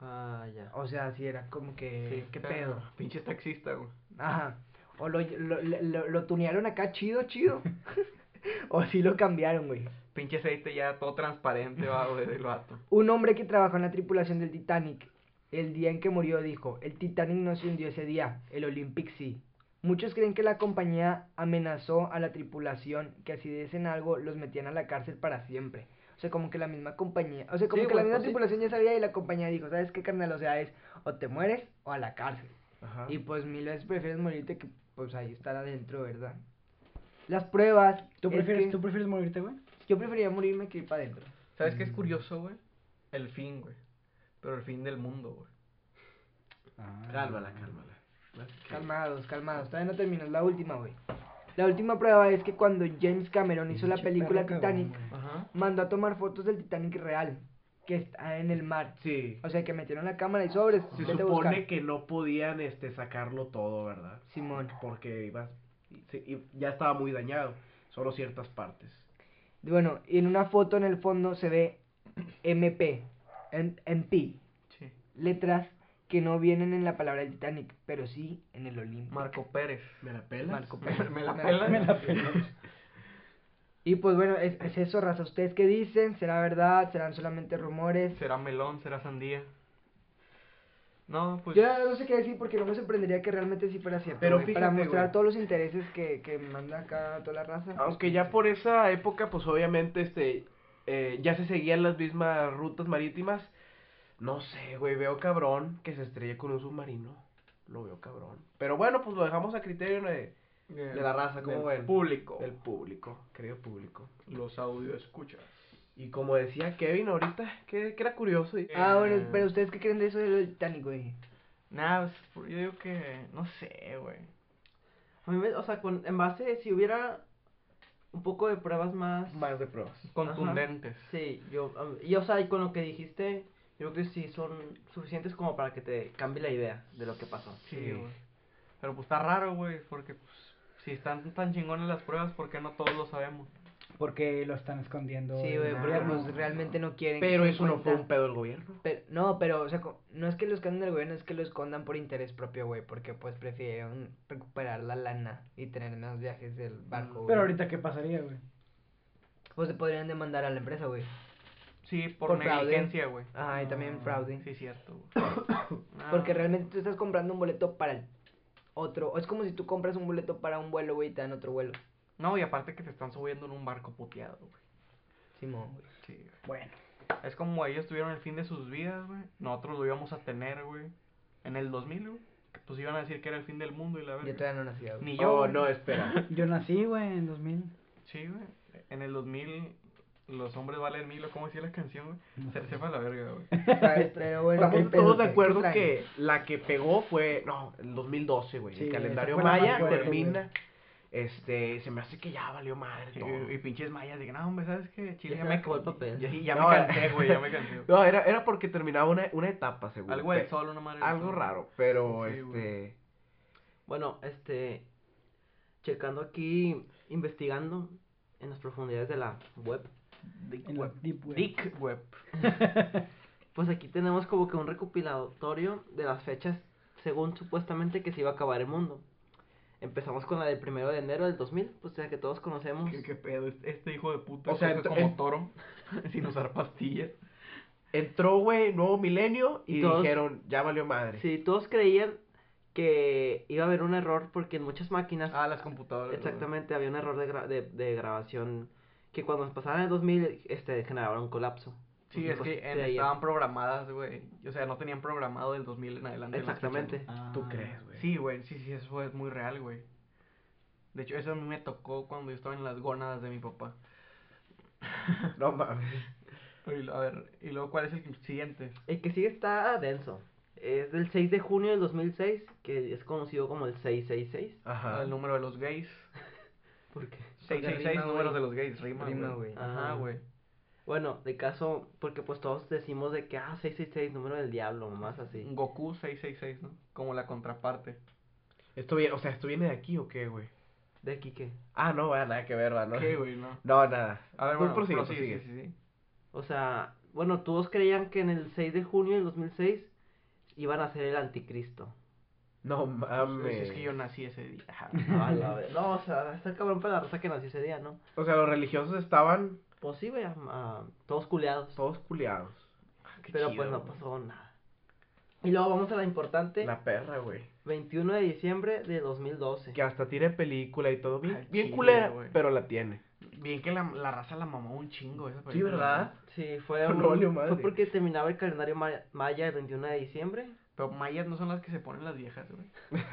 Speaker 5: Ah, ya.
Speaker 4: O sea, sí, era como que,
Speaker 3: Sí,
Speaker 4: ¿qué
Speaker 3: pero,
Speaker 4: pedo?
Speaker 3: Pinche taxista, güey.
Speaker 4: Ajá. O lo, lo, lo, lo- lo tunearon acá chido, chido. o sí lo cambiaron, güey.
Speaker 3: Pinche aceite ya todo transparente, va, güey, del vato.
Speaker 4: Un hombre que trabajó en la tripulación del Titanic, el día en que murió, dijo, el Titanic no se hundió ese día, el Olympic sí. Muchos creen que la compañía amenazó a la tripulación que si dicen algo los metían a la cárcel para siempre. O sea, como que la misma compañía, o sea, como
Speaker 5: Sí,
Speaker 4: que la
Speaker 5: güey,
Speaker 4: misma
Speaker 5: pues sí.
Speaker 4: tripulación ya sabía y la compañía dijo, ¿sabes qué, carnal? O sea, es o te mueres o a la cárcel.
Speaker 5: Ah.
Speaker 6: Ajá.
Speaker 4: Y pues mil veces prefieres morirte que pues ahí estar adentro, ¿verdad? Las pruebas...
Speaker 1: ¿Tú
Speaker 4: es
Speaker 1: prefieres,
Speaker 4: que-
Speaker 1: ¿Tú prefieres morirte, güey?
Speaker 4: Yo preferiría morirme que ir para adentro.
Speaker 3: ¿Sabes qué
Speaker 4: Mm.
Speaker 3: es curioso, güey? El fin, güey. Pero el fin del mundo, güey.
Speaker 1: Ah.
Speaker 6: Cálmala, cálmala.
Speaker 4: Calmados, calmados. Todavía no terminas la última, güey. La última prueba es que cuando James Cameron hizo la
Speaker 1: Pinche
Speaker 4: película
Speaker 1: perro cabrón,
Speaker 4: Titanic,
Speaker 1: güey.
Speaker 3: Ajá.
Speaker 4: mandó a tomar fotos del Titanic real, que está en el mar.
Speaker 6: Sí.
Speaker 4: O sea, que metieron la cámara y sobres.
Speaker 6: Se
Speaker 4: vete a
Speaker 6: supone
Speaker 4: buscar.
Speaker 6: que no podían este sacarlo todo, ¿verdad?
Speaker 4: Simón.
Speaker 6: Porque ibas, sí, y ya estaba muy dañado, solo ciertas partes.
Speaker 4: Bueno, y en una foto en el fondo se ve MP, M- MP,
Speaker 3: Sí.
Speaker 4: letras que no vienen en la palabra Titanic, pero sí en el Olimpo.
Speaker 3: Marco Pérez.
Speaker 6: ¿Me la pelas?
Speaker 4: Marco
Speaker 3: Me, me la
Speaker 4: Me la-
Speaker 3: pela.
Speaker 1: Me la pelas.
Speaker 4: Y pues bueno, es, es eso, raza. ¿Ustedes qué dicen? ¿Será verdad? ¿Serán solamente rumores?
Speaker 3: Será melón, será sandía. No, pues.
Speaker 4: Yo la verdad no sé qué decir porque no me sorprendería que realmente sí fuera cierto.
Speaker 6: Pero
Speaker 4: güey, para
Speaker 6: fíjate,
Speaker 4: mostrar
Speaker 6: güey.
Speaker 4: todos los intereses que, que manda acá toda la raza.
Speaker 6: Aunque ya por esa época, pues obviamente, este, eh, ya se seguían las mismas rutas marítimas. No sé, güey, veo cabrón que se estrelle con un submarino. Lo veo cabrón. Pero bueno, pues lo dejamos a criterio de,
Speaker 3: de,
Speaker 6: de la raza, ¿cómo
Speaker 3: eh, del
Speaker 6: ven?
Speaker 3: Público.
Speaker 6: del público, querido público.
Speaker 3: Los audio escuchas.
Speaker 6: Y como decía Kevin ahorita, que, que era curioso. y-
Speaker 4: Ah,
Speaker 3: Eh,
Speaker 4: bueno, pero ¿ustedes qué creen de eso del Titanic, güey?
Speaker 3: Nah, pues, por- yo digo que. No sé, güey.
Speaker 5: A mí me- o sea, con, en base, si hubiera un poco de pruebas más...
Speaker 6: Más de pruebas.
Speaker 3: Contundentes.
Speaker 5: Sí, yo... am- Y, o sea, y con lo que dijiste, yo creo que sí son suficientes como para que te cambie la idea de lo que pasó.
Speaker 3: Sí, güey. Pero pues está raro, güey, porque pues, si están tan chingones las pruebas, ¿por qué no todos lo sabemos?
Speaker 1: Porque lo están escondiendo.
Speaker 4: Sí,
Speaker 1: del
Speaker 4: güey, porque
Speaker 1: gobierno.
Speaker 4: pues realmente no quieren. que
Speaker 6: Pero
Speaker 4: se
Speaker 6: eso no fue
Speaker 4: cuenta.
Speaker 6: un pedo del gobierno.
Speaker 4: Pero- no, pero, o sea, co- no es que lo escondan del gobierno, es que lo escondan por interés propio, güey, porque pues prefirieron recuperar la lana y tener menos viajes del barco, güey.
Speaker 1: Pero ahorita, ¿qué pasaría, güey?
Speaker 4: Pues se podrían demandar a la empresa, güey.
Speaker 3: Sí, por,
Speaker 4: Por fraude.
Speaker 3: negligencia, güey.
Speaker 4: Ajá, y también
Speaker 1: Ah,
Speaker 4: fraude.
Speaker 3: Sí, cierto, güey. Ah,
Speaker 4: Porque realmente tú estás comprando un boleto para el otro. O es como si tú compras un boleto para un vuelo, güey, y te dan otro vuelo.
Speaker 3: No, y aparte que te están subiendo en un barco puteado, güey.
Speaker 4: Simón, güey.
Speaker 3: Sí, güey.
Speaker 1: Bueno.
Speaker 3: Es como ellos tuvieron el fin de sus vidas, güey. Nosotros lo íbamos a tener, güey. En el 2000, güey. que, pues iban a decir que era el fin del mundo y la
Speaker 7: Yo
Speaker 3: verga.
Speaker 7: todavía no nací, güey.
Speaker 3: Ni yo.
Speaker 6: Oh,
Speaker 3: güey.
Speaker 6: no, espera.
Speaker 1: Yo nací, güey, en 2000.
Speaker 3: Sí, güey. En el 2000, los hombres valen mil, o como decía la canción, güey. Se sepa la verga, güey.
Speaker 7: ¿Sabes?
Speaker 4: este,
Speaker 7: Pero bueno,
Speaker 6: Estamos
Speaker 7: qué
Speaker 6: todos de
Speaker 7: pedo,
Speaker 6: acuerdo
Speaker 7: qué extraño.
Speaker 6: que la que pegó fue, no, el 2012, güey.
Speaker 1: Sí,
Speaker 6: el calendario
Speaker 1: esa fue la
Speaker 6: maya
Speaker 1: más fuerte,
Speaker 6: termina. Este, se me hace que ya valió madre todo.
Speaker 3: Y, y pinches mayas, de que, no, hombre, ¿sabes qué? Chile,
Speaker 4: Ya
Speaker 3: ya,
Speaker 4: se
Speaker 3: me
Speaker 4: acabó el papel.
Speaker 3: Ya, ya
Speaker 6: No,
Speaker 3: me cansé, güey, ya me cansé. güey.
Speaker 6: No, era, era porque terminaba una, una etapa, seguro.
Speaker 3: Algo del
Speaker 6: pe-
Speaker 3: sol, una madre. del
Speaker 6: Algo
Speaker 3: sol.
Speaker 6: raro, pero
Speaker 3: Sí, güey.
Speaker 6: este.
Speaker 4: Bueno, este. Checando aquí, investigando en las profundidades de la web.
Speaker 3: Dick
Speaker 1: En la
Speaker 3: web.
Speaker 1: Deep Web.
Speaker 3: Dick web.
Speaker 4: Pues aquí tenemos como que un recopilatorio de las fechas según supuestamente que se iba a acabar el mundo. Empezamos con la del primero de enero del 2000, pues ya que todos conocemos.
Speaker 3: ¿Qué, qué pedo? Este hijo de puta
Speaker 6: O sea,
Speaker 3: coge
Speaker 6: ento-
Speaker 3: como
Speaker 6: en-
Speaker 3: toro, sin usar pastillas.
Speaker 6: Entró, güey, nuevo milenio y
Speaker 4: Todos-
Speaker 6: dijeron, ya valió madre.
Speaker 4: Sí, todos creían que iba a haber un error porque en muchas máquinas
Speaker 3: Ah, las computadoras. güey.
Speaker 4: Exactamente, había un error de, gra- de, de grabación que cuando pasaban el 2000 este, generaba un colapso.
Speaker 3: Sí,
Speaker 4: Entonces,
Speaker 3: es que
Speaker 4: pues,
Speaker 3: en-
Speaker 4: de ahí-
Speaker 3: estaban programadas, güey. O sea, no tenían programado del 2000 en adelante. las
Speaker 4: Exactamente.
Speaker 3: fechas.
Speaker 6: ¿Tú crees, güey?
Speaker 3: Sí, güey, sí, sí, eso es muy real, güey. De hecho, eso a mí me tocó cuando yo estaba en las gónadas de mi papá.
Speaker 6: No mames.
Speaker 3: Pero, y lo- a ver, ¿y luego cuál es el siguiente?
Speaker 4: El que sigue está denso. Es del 6 de junio del 2006, que es conocido como el 666.
Speaker 6: Ajá.
Speaker 1: Ah,
Speaker 3: El número de los gays.
Speaker 7: Porque
Speaker 4: Porque,
Speaker 3: 666,
Speaker 7: rima,
Speaker 3: números
Speaker 7: güey.
Speaker 3: de los gays, rima,
Speaker 7: Rima,
Speaker 3: güey.
Speaker 7: güey.
Speaker 3: Ajá,
Speaker 4: Ah.
Speaker 3: güey.
Speaker 4: bueno, de caso, porque pues todos decimos de que, ah, 666, número del diablo, más así.
Speaker 3: Goku 666, ¿no? Como la contraparte.
Speaker 6: Esto viene, o sea, ¿esto viene de aquí o qué, güey?
Speaker 4: De aquí que.
Speaker 6: Ah, no, va, nada que ver, va, ¿no?
Speaker 3: ¿Qué, güey? No.
Speaker 6: No, nada.
Speaker 3: A ver,
Speaker 6: Tú
Speaker 3: bueno,
Speaker 6: prosigue,
Speaker 3: prosigue,
Speaker 6: prosigue.
Speaker 3: sí, sí, sí.
Speaker 4: O sea, bueno, todos creían que en el 6 de junio del 2006 iban a ser el anticristo.
Speaker 6: No
Speaker 3: Pues,
Speaker 6: mames.
Speaker 3: Es que yo nací ese día. Ajá.
Speaker 4: A Ah, la ver- No, o sea, está cabrón para la raza que nació ese día, ¿no?
Speaker 6: O sea, los religiosos estaban
Speaker 4: Pues sí, güey, a- a- todos culeados.
Speaker 6: todos culiados.
Speaker 3: Qué
Speaker 4: pero
Speaker 3: chido,
Speaker 4: pues no
Speaker 3: güey.
Speaker 4: pasó nada. Y luego vamos a la importante,
Speaker 6: La perra, güey.
Speaker 4: 21 de diciembre de 2012.
Speaker 6: Que hasta tiene película y todo. Bien,
Speaker 3: Ay,
Speaker 6: bien
Speaker 3: chido,
Speaker 6: culera,
Speaker 3: güey.
Speaker 6: pero la tiene.
Speaker 3: Bien que la, la raza la mamó un chingo esa
Speaker 6: Sí,
Speaker 3: película,
Speaker 6: ¿verdad?
Speaker 4: Sí, fue,
Speaker 6: No
Speaker 4: un-
Speaker 6: valió madre.
Speaker 4: fue porque terminaba el calendario ma- maya el 21 de diciembre.
Speaker 3: Pero mayas no son las que se ponen las viejas, güey.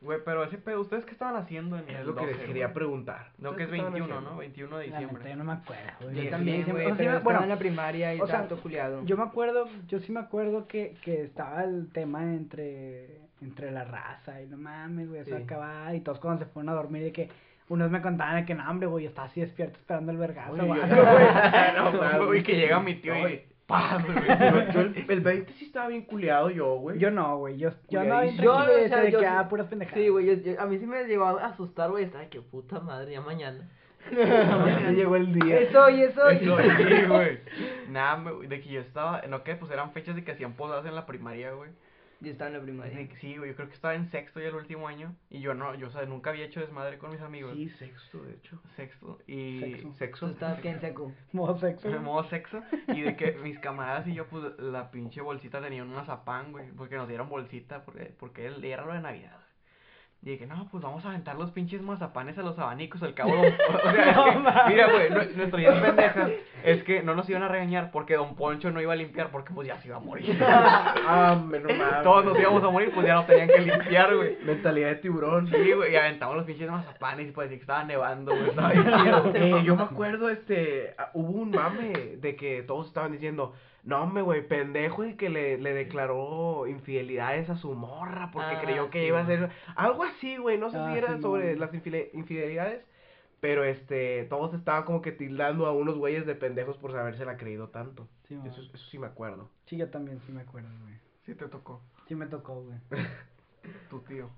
Speaker 3: Güey, pero ese pedo, ¿ustedes qué estaban haciendo en
Speaker 6: Es
Speaker 3: el
Speaker 6: lo que
Speaker 3: 12,
Speaker 6: les quería
Speaker 3: güey?
Speaker 6: preguntar.
Speaker 3: No, que es 21, ¿no? 21 de
Speaker 1: La neta,
Speaker 3: diciembre.
Speaker 1: yo no me acuerdo, güey.
Speaker 7: Yo
Speaker 3: Sí,
Speaker 7: también,
Speaker 1: siempre-
Speaker 7: güey,
Speaker 1: o sea,
Speaker 7: pero
Speaker 1: bueno,
Speaker 7: estaba en la primaria y
Speaker 1: o sea,
Speaker 7: tanto culiado.
Speaker 1: Yo me acuerdo, yo sí me acuerdo que, que estaba el tema entre, entre la raza y no mames, güey, eso
Speaker 4: Sí.
Speaker 1: acababa y todos cuando se fueron a dormir y que unos me contaban de que no, hombre, güey, yo estaba así despierto esperando el vergazo,
Speaker 6: Uy,
Speaker 1: güey.
Speaker 6: yo-
Speaker 3: Ah, No,
Speaker 6: mames.
Speaker 3: güey, que llega mi tío y...
Speaker 6: Ay,
Speaker 3: ¡Pam! güey.
Speaker 6: Yo, yo el, el 20 sí estaba bien culiado yo, güey.
Speaker 1: Yo no, güey, yo, yo
Speaker 6: Güey,
Speaker 1: andaba bien
Speaker 6: ahí-
Speaker 1: tranquilo
Speaker 4: Yo, o
Speaker 1: de,
Speaker 4: sea,
Speaker 1: de
Speaker 4: yo
Speaker 1: que
Speaker 4: sí-
Speaker 1: ah, puras pendejadas.
Speaker 4: Sí, güey, yo- yo- a mí sí me llegó a asustar, güey. Estaba que puta madre, ya mañana.
Speaker 6: Ya se llegó el día.
Speaker 7: Eso y eso
Speaker 3: Eso sí, güey. Nada, me- de que yo estaba... No, que pues eran fechas de que hacían posadas en la primaria, güey.
Speaker 7: Yo estaba en la primaria.
Speaker 3: De que Sí, güey, yo creo que estaba en sexto ya el último año. Y yo no, yo, o sea, nunca había hecho desmadre con mis amigos.
Speaker 6: Sí, sexto, de hecho.
Speaker 3: Sexto. Y...
Speaker 1: Sexo.
Speaker 7: Tú
Speaker 6: Sexo.
Speaker 7: estabas que en seco.
Speaker 1: Modo sexo.
Speaker 3: en modo sexo y de que mis camaradas y yo pues la pinche bolsita tenía un mazapán, güey, porque nos dieron bolsita porque porque él- era lo de Navidad. Y de que no, pues vamos a aventar los pinches mazapanes a los abanicos al cabo. don- o sea, es que, mira, güey, nue- nuestra idea pendeja es que no nos iban a regañar porque Don Poncho no iba a limpiar porque pues ya se iba a morir.
Speaker 6: Ah, hombre, no mames.
Speaker 3: Todos nos íbamos a morir, pues ya no tenían que limpiar, güey.
Speaker 6: Mentalidad de tiburón.
Speaker 3: Sí, güey, y aventamos los pinches mazapanes y parecía que estaba nevando, güey. Estaba bien chido, güey.
Speaker 6: Eh, yo me acuerdo, este, ah, hubo un mame de que todos estaban diciendo, no, hombre, güey, pendejo y que le, le declaró infidelidades a su morra porque
Speaker 4: Ah,
Speaker 6: creyó que
Speaker 4: sí,
Speaker 6: iba a
Speaker 4: güey.
Speaker 6: ser algo así, güey, no sé
Speaker 1: Ah,
Speaker 6: si era
Speaker 1: sí,
Speaker 6: sobre
Speaker 1: güey.
Speaker 6: las infile- infidelidades, pero este, todos estaban como que tildando a unos güeyes de pendejos por habérsela creído tanto.
Speaker 1: Sí, güey.
Speaker 6: Eso, eso sí me acuerdo.
Speaker 1: Sí, yo también sí me acuerdo, güey.
Speaker 3: Sí te tocó,
Speaker 1: Sí me tocó, güey.
Speaker 3: tu tío.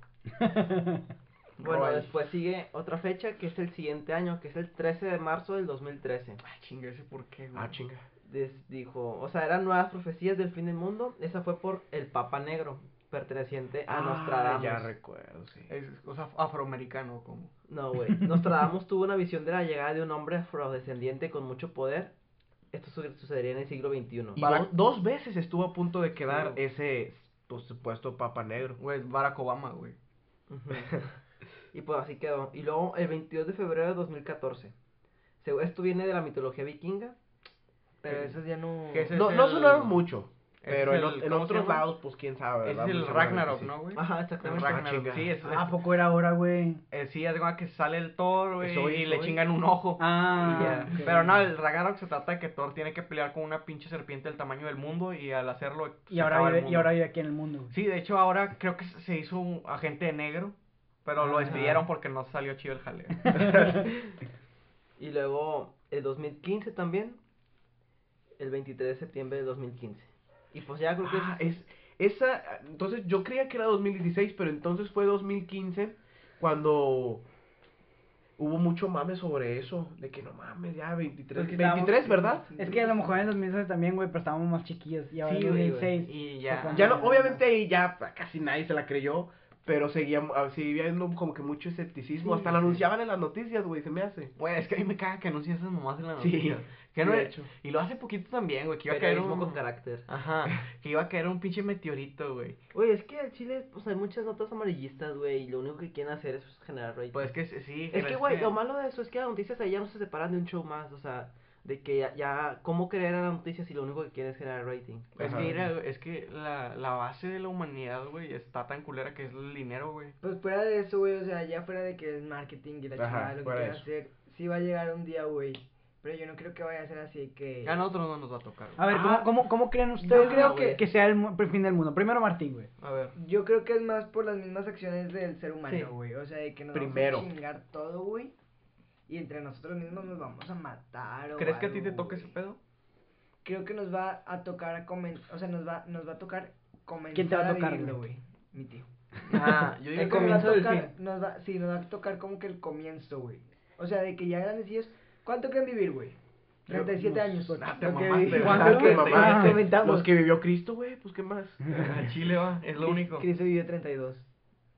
Speaker 4: Bueno,
Speaker 6: Roy.
Speaker 4: después sigue otra fecha que es el siguiente año, que es el 13 de marzo del 2013.
Speaker 3: Ah, chinga, ese por qué, güey.
Speaker 6: Ah, chinga.
Speaker 4: des- dijo, o sea, eran nuevas profecías del fin del mundo. Esa fue por el Papa Negro, perteneciente a pues.
Speaker 6: Ah,
Speaker 4: Nostradamus.
Speaker 6: Ya recuerdo, sí.
Speaker 3: Es, o sea, afroamericano, como.
Speaker 4: No, güey. Nostradamus tuvo una visión de la llegada de un hombre afrodescendiente con mucho poder. Esto su- sucedería en el siglo XXI.
Speaker 6: Y
Speaker 3: Barack-
Speaker 6: do- dos veces estuvo a punto de quedar
Speaker 3: güey.
Speaker 6: ese, por supuesto, papa negro.
Speaker 3: Güey, es Barack Obama, güey.
Speaker 4: Ujú. y pues así quedó. Y luego el 22 de febrero de 2014. Según esto viene de la mitología vikinga.
Speaker 7: Pero esos ya no.
Speaker 3: ¿Qué es
Speaker 6: No,
Speaker 3: es
Speaker 6: no
Speaker 3: el-
Speaker 6: sonaron mucho. Pero en,
Speaker 3: el-
Speaker 6: o- en
Speaker 3: ¿cómo se
Speaker 6: otros
Speaker 3: llama?
Speaker 6: lados, pues quién sabe.
Speaker 3: Ese
Speaker 6: ¿verdad?
Speaker 3: es el
Speaker 6: Pues, seguramente
Speaker 3: Ragnarok,
Speaker 6: sí.
Speaker 3: ¿no, güey?
Speaker 4: Ajá,
Speaker 6: "Ah,
Speaker 3: El
Speaker 4: exactamente.
Speaker 3: Ragnarok,
Speaker 6: chinga.
Speaker 3: sí, es,
Speaker 1: Ah, ¿A poco era ahora, güey?
Speaker 3: eh, sí, es como que sale el Thor, güey,
Speaker 6: Eso,
Speaker 3: y
Speaker 6: eso,
Speaker 3: le
Speaker 6: güey.
Speaker 3: chingan un ojo.
Speaker 1: Ah,
Speaker 3: Y ya.
Speaker 1: ok.
Speaker 3: Pero no, el Ragnarok se trata de que Thor tiene que pelear con una pinche serpiente del tamaño del mundo y al hacerlo
Speaker 1: Y
Speaker 3: se
Speaker 1: ahora,
Speaker 3: acaba el
Speaker 1: vive, y
Speaker 3: mundo.
Speaker 1: ahora vive aquí en el mundo, güey.
Speaker 3: Sí, de hecho ahora creo que se hizo un agente de negro, pero lo
Speaker 1: Ajá.
Speaker 3: despidieron porque no salió chido el jaleo.
Speaker 4: Y luego, el 2015 también. El 23 de septiembre de 2015. Y pues ya creo que
Speaker 6: Ah,
Speaker 4: es...
Speaker 6: es, esa, entonces yo creía que era 2016, pero entonces fue 2015 cuando hubo mucho mame sobre eso, de que no mames, ya 23,
Speaker 1: Pues que
Speaker 6: 23,
Speaker 1: estábamos-
Speaker 6: ¿verdad?
Speaker 1: Es que a lo mejor en el 2006 también, güey, pero estábamos más chiquillos. Y ahora
Speaker 4: Sí,
Speaker 1: en el
Speaker 4: güey,
Speaker 1: 2006.
Speaker 3: y ya.
Speaker 1: Ajá.
Speaker 6: Ya no, obviamente ahí ya casi nadie se la creyó, pero seguía, ah, seguía habiendo como que mucho escepticismo,
Speaker 1: Sí,
Speaker 6: hasta
Speaker 1: sí.
Speaker 6: la anunciaban en las noticias, güey, se me hace.
Speaker 3: Güey, es que a mí me caga que anuncien esas mamás en la
Speaker 6: Sí,
Speaker 3: noticia. que
Speaker 6: de
Speaker 3: no
Speaker 6: hecho.
Speaker 3: Y lo hace poquito también, güey, que iba a caer
Speaker 4: periodismo
Speaker 3: un...
Speaker 4: con carácter.
Speaker 3: Ajá, que iba a caer un pinche meteorito, güey.
Speaker 4: Oye, es que al Chile, pues hay muchas notas amarillistas, güey, y lo único que quieren hacer es generar rating.
Speaker 3: Pues es que sí.
Speaker 4: Es
Speaker 3: pero
Speaker 4: que, güey, lo malo de eso es que las noticias ahí ya no se separan de un show más, o sea, de que ya, ya ¿cómo creer a las noticias si lo único que quieren es generar rating?
Speaker 3: Es que,
Speaker 6: Ajá.
Speaker 3: pues mira, güey, es que la, la base de la humanidad, güey, está tan culera que es el dinero, güey.
Speaker 5: Pues fuera de eso, güey, o sea, ya fuera de que es marketing y la
Speaker 6: Ajá,
Speaker 5: chingada, lo que
Speaker 6: fuera de
Speaker 5: quieras
Speaker 6: eso.
Speaker 5: hacer, sí va a llegar un día, güey. Pero yo no creo que vaya a ser así que...
Speaker 3: A nosotros no nos va a tocar. güey.
Speaker 1: A ver, ¿cómo,
Speaker 5: Ah.
Speaker 1: cómo, cómo creen ustedes
Speaker 5: creo
Speaker 1: güey,
Speaker 5: que-
Speaker 1: que sea el, mu- el fin del mundo? Primero Martín, güey.
Speaker 3: A ver.
Speaker 5: Yo creo que es más por las mismas acciones del ser
Speaker 4: Sí.
Speaker 5: humano, güey. O sea, de que nos
Speaker 6: Primero.
Speaker 5: vamos a chingar todo, güey. Y entre nosotros mismos nos vamos a matar o
Speaker 3: ¿Crees que a ti
Speaker 5: algo,
Speaker 3: te toque
Speaker 5: güey.
Speaker 3: ese pedo?
Speaker 5: Creo que nos va a tocar a comen... O sea, nos va, nos va a tocar comenzar
Speaker 1: ¿Quién te va a tocar,
Speaker 5: vivirlo,
Speaker 1: güey?
Speaker 5: güey? Mi tío.
Speaker 3: Ah, yo
Speaker 5: Creo
Speaker 3: digo
Speaker 5: que nos va a
Speaker 3: comienzo del
Speaker 5: tocar-
Speaker 3: fin.
Speaker 5: nos va- sí, nos va a tocar como que el comienzo, güey. O sea, de que ya grandecillos... ¿Cuánto creen vivir, güey? 37
Speaker 1: no,
Speaker 5: años.
Speaker 1: pues,
Speaker 3: ah, te
Speaker 5: Lo que
Speaker 3: mamaste,
Speaker 5: vi-
Speaker 3: güey.
Speaker 5: ¿Cuánto
Speaker 6: Ah,
Speaker 5: que
Speaker 6: te mamaste.
Speaker 1: Ah,
Speaker 5: comentamos?
Speaker 6: Los que vivió Cristo, güey, pues qué más.
Speaker 3: A Chile va, es lo único.
Speaker 5: Cristo vivió 32.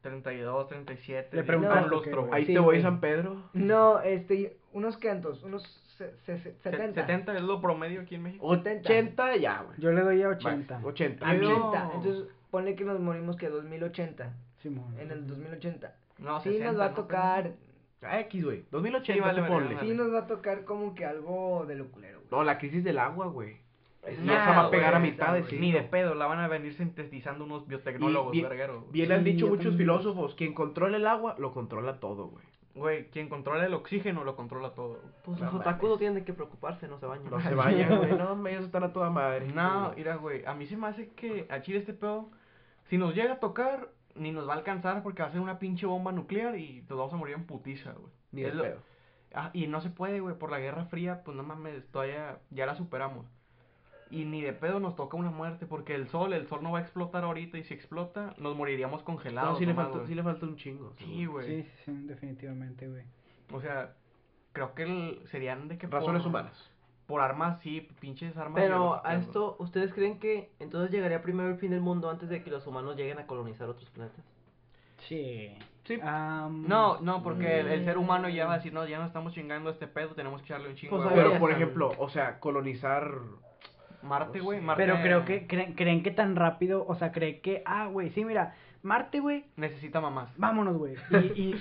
Speaker 3: 32, 37.
Speaker 1: Le
Speaker 3: sí,
Speaker 1: preguntaron
Speaker 3: un
Speaker 1: lo
Speaker 3: lustro,
Speaker 1: que-
Speaker 3: güey.
Speaker 6: Ahí
Speaker 5: Sí,
Speaker 6: te voy,
Speaker 5: güey.
Speaker 6: San Pedro.
Speaker 5: No, este, unos cantos, unos se- se- se-
Speaker 3: Se-
Speaker 5: 70.
Speaker 3: 70 es lo promedio aquí en México.
Speaker 6: 80 ya, güey.
Speaker 1: Yo le doy a 80.
Speaker 6: Más, 80.
Speaker 3: Yo-
Speaker 5: 80. Entonces, ponle que nos morimos que 2080.
Speaker 1: Simón.
Speaker 5: En el 2080.
Speaker 3: No,
Speaker 5: sí
Speaker 3: 60,
Speaker 5: nos va a
Speaker 3: ¿no?
Speaker 5: tocar.
Speaker 6: Ah, X, güey. 2080
Speaker 3: Sí, vale,
Speaker 6: tú
Speaker 3: vale,
Speaker 6: ponle.
Speaker 3: vale.
Speaker 5: Sí nos va a tocar como que algo de lo culero, güey.
Speaker 6: No, la crisis del agua, güey. Esa
Speaker 3: Nah,
Speaker 6: esa va a pegar
Speaker 3: Pues, güey,
Speaker 6: a mitad de
Speaker 5: esa,
Speaker 6: sí.
Speaker 5: güey.
Speaker 3: Ni de pedo, la van a venir sintetizando unos biotecnólogos,
Speaker 6: bien-
Speaker 3: vergueros. güey.
Speaker 6: Bien han
Speaker 1: Sí, yo
Speaker 6: dicho muchos
Speaker 1: también.
Speaker 6: filósofos, quien controla el agua, lo controla todo, güey.
Speaker 3: Güey, quien controla el oxígeno lo controla todo. güey.
Speaker 4: Pues
Speaker 6: No
Speaker 4: los otakus no tienen de qué preocuparse, no se bañan.
Speaker 6: No se vayan, güey. No, hombre, ellos están a toda madre.
Speaker 3: No, mira, güey, a mí se me hace que a Chile este pedo, si nos llega a tocar, ni nos va a alcanzar porque va a ser una pinche bomba nuclear y nos vamos a morir en putiza, güey.
Speaker 6: Ni de
Speaker 3: Es lo-
Speaker 6: pedo.
Speaker 3: Ah, y no se puede, güey, por la Guerra Fría, pues no mames, todavía ya la superamos. Y ni de pedo nos toca una muerte porque el sol, el sol no va a explotar ahorita y si explota, nos moriríamos congelados.
Speaker 6: No, sí le,
Speaker 3: nomás,
Speaker 6: falta,
Speaker 3: güey.
Speaker 6: sí le falta un chingo.
Speaker 3: Sí, güey.
Speaker 1: Sí, sí, sí, definitivamente, güey.
Speaker 3: O sea, creo que el- serían de que
Speaker 6: Razones
Speaker 3: por,
Speaker 6: humanas.
Speaker 3: Por armas, sí, pinches armas.
Speaker 4: Pero a
Speaker 3: biológicas, güey.
Speaker 4: esto, ¿ustedes creen que entonces llegaría primero el fin del mundo antes de que los humanos lleguen a colonizar otros planetas?
Speaker 1: Sí.
Speaker 6: Sí.
Speaker 1: Am,
Speaker 3: No, no, porque el, el ser humano ya va a decir, no, ya no estamos chingando este pedo, tenemos que echarle un chingo.
Speaker 4: Mm. Pues,
Speaker 3: de
Speaker 4: a pues,
Speaker 3: huevos".
Speaker 6: Pero, por
Speaker 4: Oye,
Speaker 6: ejemplo, o sea, colonizar...
Speaker 3: Marte,
Speaker 6: pues
Speaker 3: güey, Marte.
Speaker 1: Pero creo que creen, creen que tan rápido, o sea, creen que, ah, güey, sí, mira, Marte, güey,
Speaker 3: Necesita mamás.
Speaker 1: vámonos, güey. Y, y,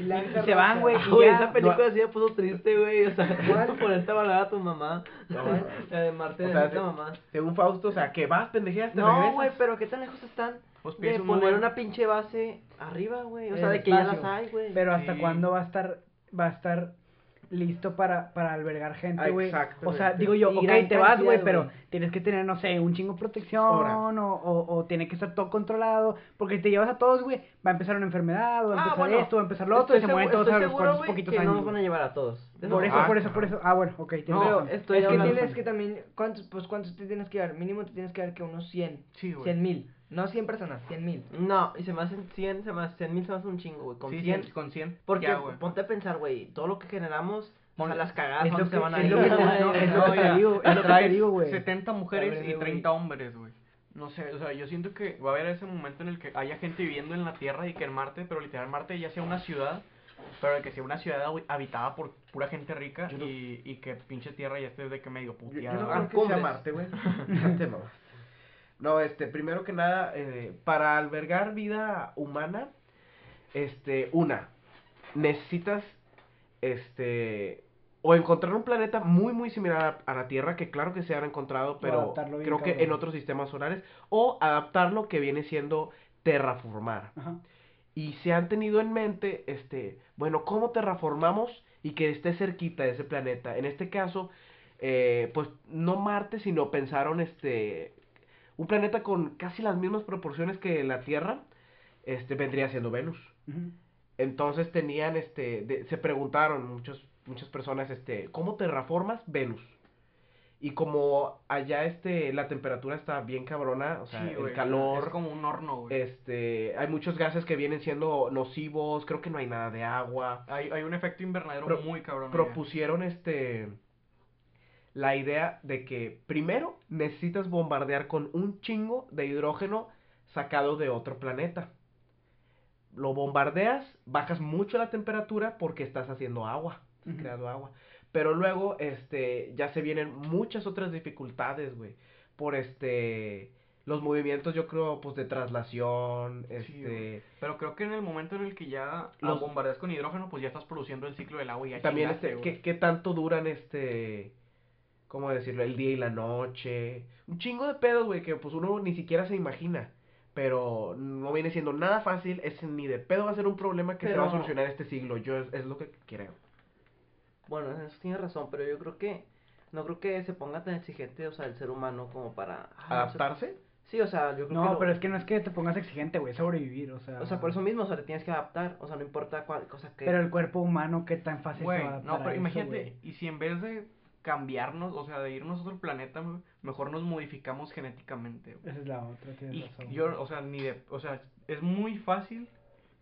Speaker 5: Y la
Speaker 1: y
Speaker 5: neta,
Speaker 1: se van,
Speaker 5: raza,
Speaker 1: güey.
Speaker 4: Ah,
Speaker 1: y
Speaker 4: güey,
Speaker 1: ya,
Speaker 4: esa película sí me puso triste, güey. O sea, ¿cuál por esta balada a tu mamá? La de Marte
Speaker 6: O
Speaker 4: de
Speaker 6: sea,
Speaker 4: esta
Speaker 6: se-
Speaker 4: mamá.
Speaker 6: Según Fausto, o sea, que vas, pendejeas, te
Speaker 4: No,
Speaker 6: regresas.
Speaker 4: güey, pero ¿qué tan lejos están
Speaker 3: Pues
Speaker 4: de
Speaker 3: piensa un
Speaker 4: poner
Speaker 3: Uber.
Speaker 4: una pinche base arriba, güey? O sea,
Speaker 1: el
Speaker 4: de que ya
Speaker 1: espacio.
Speaker 4: las hay, güey.
Speaker 1: Pero hasta
Speaker 3: Sí.
Speaker 1: cuándo va a estar va a estar listo para para albergar gente,
Speaker 6: Ah,
Speaker 1: güey. O sea,
Speaker 6: exactamente.
Speaker 1: digo yo,
Speaker 4: Y
Speaker 1: ok,
Speaker 4: gran
Speaker 1: te vas, güey,
Speaker 4: cantidad,
Speaker 1: pero
Speaker 4: güey.
Speaker 1: tienes que tener, no sé, un chingo de protección
Speaker 6: Ahora.
Speaker 1: o, o, o tiene que estar todo controlado, porque si te llevas a todos, güey, va a empezar una enfermedad, va a
Speaker 4: Ah,
Speaker 1: empezar
Speaker 4: bueno,
Speaker 1: esto, va a empezar lo otro, y se
Speaker 4: estoy
Speaker 1: mueren
Speaker 4: segu-
Speaker 1: todos a
Speaker 4: estoy
Speaker 1: los
Speaker 4: seguro,
Speaker 1: cuantos
Speaker 4: güey,
Speaker 1: poquitos
Speaker 4: que no
Speaker 1: años,
Speaker 4: nos van a
Speaker 1: güey.
Speaker 4: llevar a todos. De
Speaker 1: Por eso,
Speaker 6: Ah,
Speaker 1: por eso, por eso. Ah, bueno, ok, tienes
Speaker 4: No,
Speaker 1: razón.
Speaker 4: estoy
Speaker 5: Es que
Speaker 4: hablando-
Speaker 5: tienes que también, ¿cuántos, pues cuántos te tienes que dar? Mínimo te tienes que dar que unos 100.
Speaker 3: Sí, güey.
Speaker 5: 100 mil. No 100 personas, 100 mil.
Speaker 4: No, y se me hacen 100, se me hacen 100 mil, se me hace un chingo, güey. Con
Speaker 3: Sí,
Speaker 4: 100.
Speaker 3: cien- con 100.
Speaker 4: Porque
Speaker 3: ya, güey.
Speaker 4: ponte a pensar, güey, todo lo que generamos, o sea,
Speaker 3: Ponle-
Speaker 4: las cagadas,
Speaker 1: es lo
Speaker 4: ¿dónde se
Speaker 1: que-
Speaker 4: van a
Speaker 1: es
Speaker 4: ir?
Speaker 1: lo que te-
Speaker 4: güey?
Speaker 1: no, es lo que te
Speaker 3: Oiga,
Speaker 1: digo, es lo que te
Speaker 3: traes
Speaker 1: digo, güey.
Speaker 3: 70 mujeres
Speaker 5: Verde,
Speaker 3: y
Speaker 5: güey.
Speaker 3: 30 hombres, güey. No sé, o sea, yo siento que va a haber ese momento en el que haya gente viviendo en la Tierra y que en Marte, pero literal Marte ya sea una ciudad, pero que sea una ciudad habi- habitada por pura gente rica
Speaker 6: Yo no-
Speaker 3: y, y que pinche Tierra ya esté de que medio
Speaker 6: Yo, yo
Speaker 3: puteada.
Speaker 6: no
Speaker 3: Ah,
Speaker 6: creo que sea
Speaker 3: cumbres.
Speaker 6: Marte, güey. Ya te mamaste. No, este, primero que nada, eh, para albergar vida humana, este, una, necesitas, este, o encontrar un planeta muy, muy similar a, a la Tierra, que claro que se han encontrado, pero
Speaker 1: adaptarlo bien
Speaker 6: creo que
Speaker 1: cabrón.
Speaker 6: en otros sistemas solares, o adaptar lo que viene siendo terraformar.
Speaker 1: Ajá.
Speaker 6: Y se han tenido en mente, este, bueno, cómo terraformamos y que esté cerquita de ese planeta. En este caso, eh, pues no Marte, sino pensaron, este, un planeta con casi las mismas proporciones que la Tierra, este, vendría siendo Venus.
Speaker 1: ujú.
Speaker 6: Entonces tenían, este, de- se preguntaron muchas, muchas personas, este, ¿cómo terraformas Venus? Y como allá, este, la temperatura está bien cabrona, o sea,
Speaker 3: Sí,
Speaker 6: el
Speaker 3: güey,
Speaker 6: calor,
Speaker 3: Es como un horno, güey.
Speaker 6: este, hay muchos gases que vienen siendo nocivos, creo que no hay nada de agua.
Speaker 3: Hay, hay un efecto invernadero
Speaker 6: Pro-
Speaker 3: muy cabrón. allá.
Speaker 6: Propusieron, este, la idea de que primero necesitas bombardear con un chingo de hidrógeno sacado de otro planeta. Lo bombardeas, bajas mucho la temperatura porque estás haciendo agua, estás
Speaker 1: Ujú.
Speaker 6: creando agua. Pero luego, este, ya se vienen muchas otras dificultades, güey, por este, los movimientos, yo creo, pues de traslación,
Speaker 3: güey.
Speaker 6: este,
Speaker 3: Pero creo que en el momento en el que ya
Speaker 6: Los-
Speaker 3: los bombardeas con hidrógeno, pues ya estás produciendo el ciclo del agua y ya
Speaker 6: también
Speaker 3: chingaste,
Speaker 6: este,
Speaker 3: güey.
Speaker 6: qué, qué tanto duran este, cómo decirlo, el día y la noche, un chingo de pedos, güey, que pues uno ni siquiera se imagina. Pero no viene siendo nada fácil, es ni de pedo va a ser un problema que se va a
Speaker 4: Pero-
Speaker 6: solucionar este siglo. Yo es, es lo que creo.
Speaker 4: Bueno, en eso tiene razón, pero yo creo que no creo que se ponga tan exigente, o sea, el ser humano como para ah, no sé.
Speaker 6: ¿Adaptarse?
Speaker 4: Sí, o sea, yo creo que
Speaker 1: No,
Speaker 4: lo-
Speaker 1: pero es que no es que te pongas exigente, güey, es sobrevivir, o sea.
Speaker 4: o sea, por eso mismo, o sea, le tienes que adaptar, o sea, no importa cuál cosa que
Speaker 1: Pero el cuerpo humano, qué tan fácil
Speaker 3: Güey,
Speaker 1: se va a adaptar
Speaker 3: no,
Speaker 1: a
Speaker 3: pero
Speaker 1: eso,
Speaker 3: imagínate,
Speaker 1: güey?
Speaker 3: y si en vez de cambiarnos, o sea, de irnos a otro planeta, güey, mejor nos modificamos genéticamente, güey.
Speaker 1: Esa es la otra, tienes
Speaker 3: Y
Speaker 1: razón.
Speaker 3: yo, o sea, ni de, o sea, es muy fácil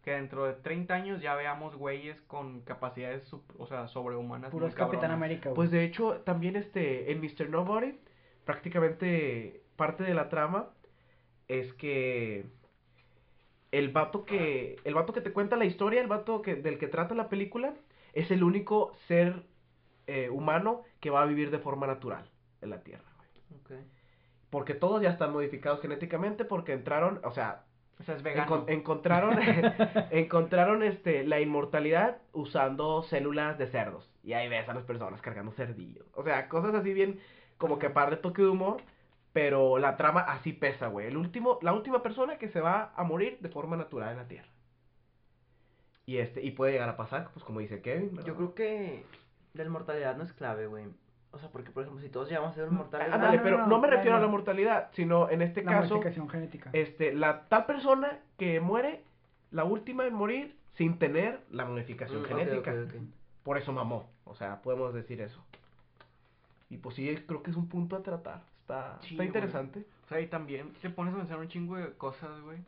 Speaker 3: que dentro de 30 años ya veamos güeyes con capacidades, sup- o sea, sobrehumanas.
Speaker 1: Puros
Speaker 3: muy cabronas.
Speaker 1: Capitán América, güey.
Speaker 6: Pues de hecho, también este, en Mr. Nobody, prácticamente parte de la trama es que el vato que, el vato que te cuenta la historia, el vato que, del que trata la película, es el único ser eh, humano que va a vivir de forma natural en la Tierra. güey.
Speaker 4: Ok.
Speaker 6: Porque todos ya están modificados genéticamente porque entraron, o sea,
Speaker 3: O sea, es
Speaker 6: encon-
Speaker 3: vegano.
Speaker 6: encontraron, encontraron este, la inmortalidad usando células de cerdos. Y ahí ves a las personas cargando cerdillos. O sea, cosas así bien como que par de toque de humor, pero la trama así pesa, güey. El último, la última persona que se va a morir de forma natural en la Tierra. Y este, y puede llegar a pasar, pues como dice Kevin. ¿verdad?
Speaker 4: Yo creo que la inmortalidad no es clave, güey. O sea, porque por ejemplo, si todos llegamos a
Speaker 1: Mm,
Speaker 4: ser
Speaker 6: Ah,
Speaker 4: inmortales,
Speaker 6: ándale,
Speaker 1: no,
Speaker 6: pero
Speaker 1: no,
Speaker 6: no,
Speaker 1: no,
Speaker 6: me
Speaker 1: no,
Speaker 6: refiero a
Speaker 1: no.
Speaker 6: la mortalidad, sino en este
Speaker 1: la
Speaker 6: caso,
Speaker 1: modificación genética.
Speaker 6: este, la tal persona que muere, la última en morir sin tener la modificación
Speaker 4: Mm, ok,
Speaker 6: genética.
Speaker 4: ok, ok.
Speaker 6: Por eso mamó. O sea, podemos decir eso. Y pues sí, creo que es un punto a tratar. Está,
Speaker 3: Sí,
Speaker 6: está
Speaker 3: güey.
Speaker 6: interesante.
Speaker 3: O sea, y también te pones a pensar un chingo de cosas, güey.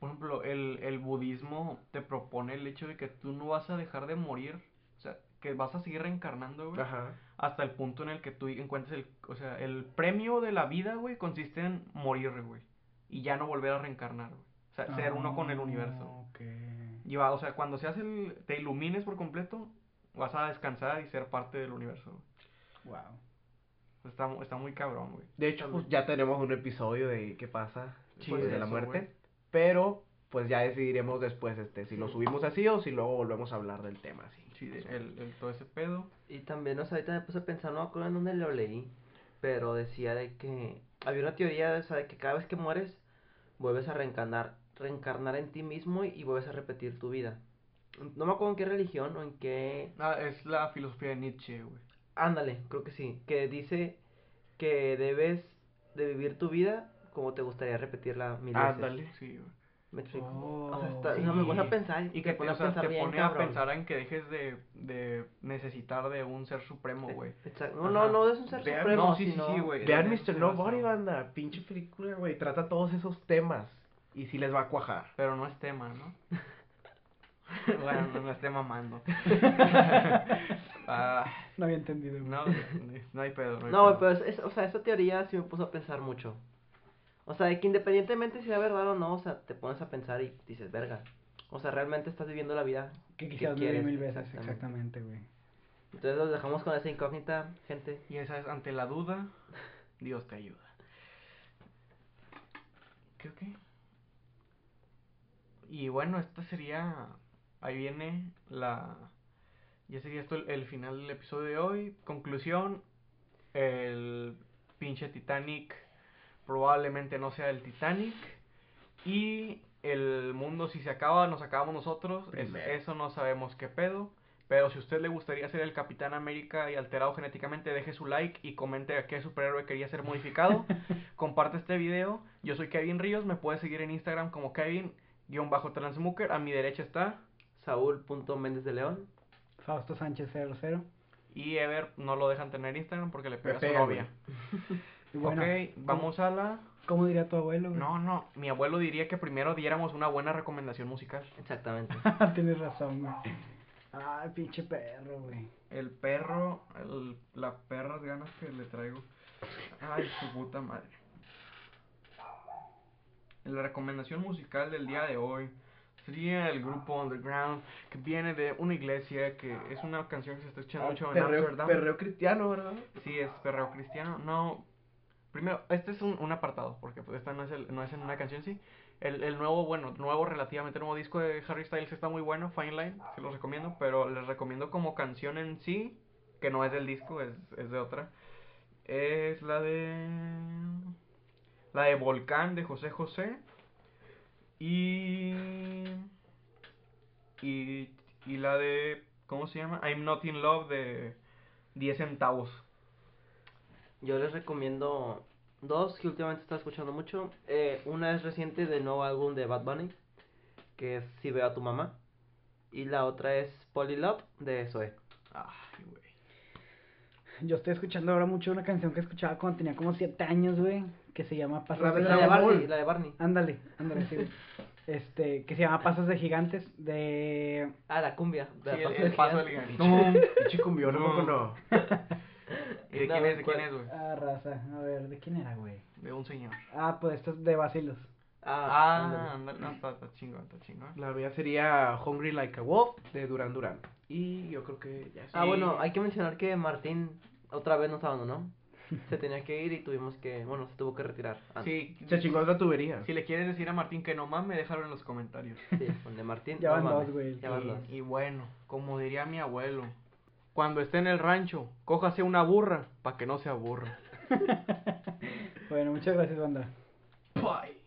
Speaker 3: Por ejemplo, el, el budismo te propone el hecho de que tú no vas a dejar de morir, o sea, que vas a seguir reencarnando, güey.
Speaker 6: Ajá.
Speaker 3: hasta el punto en el que tú encuentres el, o sea, el premio de la vida, güey, consiste en morir, güey, y ya no volver a reencarnar, güey. O sea, ser uno con el
Speaker 4: Ah.
Speaker 3: universo.
Speaker 1: Ah, Ok.
Speaker 3: Y va, o sea, cuando seas el, te ilumines por completo, vas a descansar y ser parte del universo. güey.
Speaker 1: Wow.
Speaker 3: O sea, Está, mu- está muy cabrón, güey.
Speaker 6: De hecho, pues ya tenemos un episodio de qué pasa
Speaker 3: Sí,
Speaker 6: después de
Speaker 3: de
Speaker 6: la
Speaker 3: eso,
Speaker 6: muerte.
Speaker 3: güey.
Speaker 6: Pero, pues ya decidiremos después este si lo subimos así o si luego volvemos a hablar del tema así.
Speaker 3: Sí, de-
Speaker 4: Pues,
Speaker 3: el, el- todo ese pedo.
Speaker 4: Y también, o sea, ahorita me puse a pensar, no me acuerdo en dónde lo leí, pero decía de que había una teoría, o sea, de que cada vez que mueres, vuelves a reencarnar, reencarnar en ti mismo y, y vuelves a repetir tu vida. No me acuerdo en qué religión o en qué...
Speaker 3: Ah, es la filosofía de Nietzsche, güey.
Speaker 4: Ándale, creo que sí, que dice que debes de vivir tu vida como te gustaría repetirla mil veces.
Speaker 6: Ándale.
Speaker 3: Sí, güey.
Speaker 4: ¿Me explico?
Speaker 1: Oh,
Speaker 4: o sea, está-
Speaker 1: sí.
Speaker 4: no, me puse a pensar
Speaker 3: Y que te,
Speaker 4: pone
Speaker 3: o sea, te
Speaker 4: bien,
Speaker 3: pone a
Speaker 4: cabrón.
Speaker 3: pensar en que dejes de, de necesitar de un ser supremo,
Speaker 4: Eh,
Speaker 3: güey.
Speaker 4: exacto. No, no,
Speaker 3: Ajá.
Speaker 4: no es un ser
Speaker 3: Vean-
Speaker 4: supremo,
Speaker 3: no, sí, sí,
Speaker 4: sino-
Speaker 3: sí, güey.
Speaker 6: Vean
Speaker 3: Tienes
Speaker 6: Mr.
Speaker 3: razón.
Speaker 6: Nobody, banda. Pinche película, güey. Trata todos esos temas. Y si les va a cuajar.
Speaker 3: Pero no es tema, ¿no? bueno, no, no esté mamando. Ah,
Speaker 1: No había entendido. güey.
Speaker 3: no, no hay pedo. No, hay
Speaker 4: No,
Speaker 3: pedo.
Speaker 4: güey, pero es, es- o sea, esa teoría sí me puso a pensar mucho. O sea, de que independientemente si sea verdad o no, o sea, te pones a pensar y dices, verga. O sea, realmente estás viviendo la vida
Speaker 1: Que
Speaker 4: que
Speaker 1: quisieras vivir
Speaker 4: quieres.
Speaker 1: mil veces,
Speaker 4: exactamente.
Speaker 1: exactamente, güey.
Speaker 4: Entonces los dejamos con esa incógnita, gente.
Speaker 3: Y esa es ante la duda, Dios te ayuda. Creo que. Y bueno, esta sería. Ahí viene la. Ya sería esto el, el final del episodio de hoy. Conclusión, el pinche Titanic probablemente no sea el Titanic. Y el mundo si se acaba, nos acabamos nosotros. es-
Speaker 6: Primero.
Speaker 3: eso no sabemos qué pedo. Pero si a usted le gustaría ser el Capitán América y alterado genéticamente, deje su like y comente a qué superhéroe quería ser modificado. Comparte este video. Yo soy Kevin Ríos, me puedes seguir en Instagram como Kevin-Transmucker. A mi derecha está...
Speaker 5: Saúl.méndez de León.
Speaker 1: Fausto Sánchez 00.
Speaker 3: Y Ever no lo dejan tener Instagram porque le pega a su
Speaker 6: pega,
Speaker 3: novia.
Speaker 1: Y bueno,
Speaker 3: ok, vamos a la...
Speaker 1: ¿cómo diría tu abuelo? güey?
Speaker 3: No, no, mi abuelo diría que primero diéramos una buena recomendación musical.
Speaker 5: Exactamente.
Speaker 1: Tienes razón, güey. Ay, pinche perro, güey.
Speaker 3: El perro, el, la perra de ganas que le traigo. Ay, su puta madre. La recomendación musical del día de hoy sería el grupo Underground que viene de una iglesia que es una canción que se está escuchando mucho en
Speaker 6: Ah, Perreo,
Speaker 3: Amsterdam.
Speaker 6: perreo cristiano, ¿verdad?
Speaker 3: Sí, es perreo cristiano. No. Primero, este es un, un apartado, porque pues, esta no es, el, no es en una canción, sí. El, el nuevo, bueno, nuevo, relativamente nuevo disco de Harry Styles está muy bueno, Fine Line, se los recomiendo, pero les recomiendo como canción en sí, que no es del disco, es, es de otra. Es la de. La de Volcán de José José. Y. Y. Y la de. ¿Cómo se llama? I'm Not in Love de 10 centavos.
Speaker 5: Yo les recomiendo dos que últimamente está escuchando mucho. Eh, una es reciente del nuevo álbum de Bad Bunny, que es Si veo a tu mamá. Y la otra es Polylove de Zoe.
Speaker 3: Ay, güey.
Speaker 1: Yo estoy escuchando ahora mucho una canción que escuchaba cuando tenía como 7 años, güey, que se llama Pasos
Speaker 6: La
Speaker 1: de
Speaker 6: de
Speaker 5: La de
Speaker 1: Gigantes.
Speaker 5: Barney, la de Barney.
Speaker 1: Ándale, ándale, sí, güey. Este, que se llama Pasos de Gigantes, de...
Speaker 5: Ah, la cumbia.
Speaker 3: Sí,
Speaker 5: la
Speaker 3: el,
Speaker 5: parte
Speaker 3: el
Speaker 5: de
Speaker 3: paso del
Speaker 5: gigante.
Speaker 3: gigante.
Speaker 6: No, chico mío, no, poco no.
Speaker 3: ¿Y de
Speaker 5: No,
Speaker 3: quién es? ¿De
Speaker 5: ¿cuál?
Speaker 3: quién es, güey?
Speaker 1: Ah, raza, a ver, ¿de quién era, güey?
Speaker 3: De un señor.
Speaker 1: Ah, pues esto es de Basilos.
Speaker 5: Ah,
Speaker 3: Ah,
Speaker 5: ándale.
Speaker 3: ándale. No, está, está chingón, está chingón.
Speaker 6: La mía sería Hungry Like a Wolf de Duran Duran. Y yo creo que ya
Speaker 5: Ah,
Speaker 3: Sí.
Speaker 5: bueno, hay que mencionar que Martín otra vez nos abandonó. Se tenía que ir y tuvimos que, bueno, se tuvo que retirar. Ah,
Speaker 3: Sí,
Speaker 6: Se chingó la tubería.
Speaker 3: Si le quieres decir a Martín que no mames, déjalo en los comentarios.
Speaker 5: Sí, con de Martín.
Speaker 1: Ya
Speaker 5: no
Speaker 1: van dos,
Speaker 5: mames,
Speaker 1: güey.
Speaker 5: Ya van
Speaker 1: Sí.
Speaker 5: dos.
Speaker 3: Y bueno, como diría mi abuelo, cuando esté en el rancho, cójase una burra para que no se aburra.
Speaker 1: Bueno, muchas gracias, banda.
Speaker 3: Bye.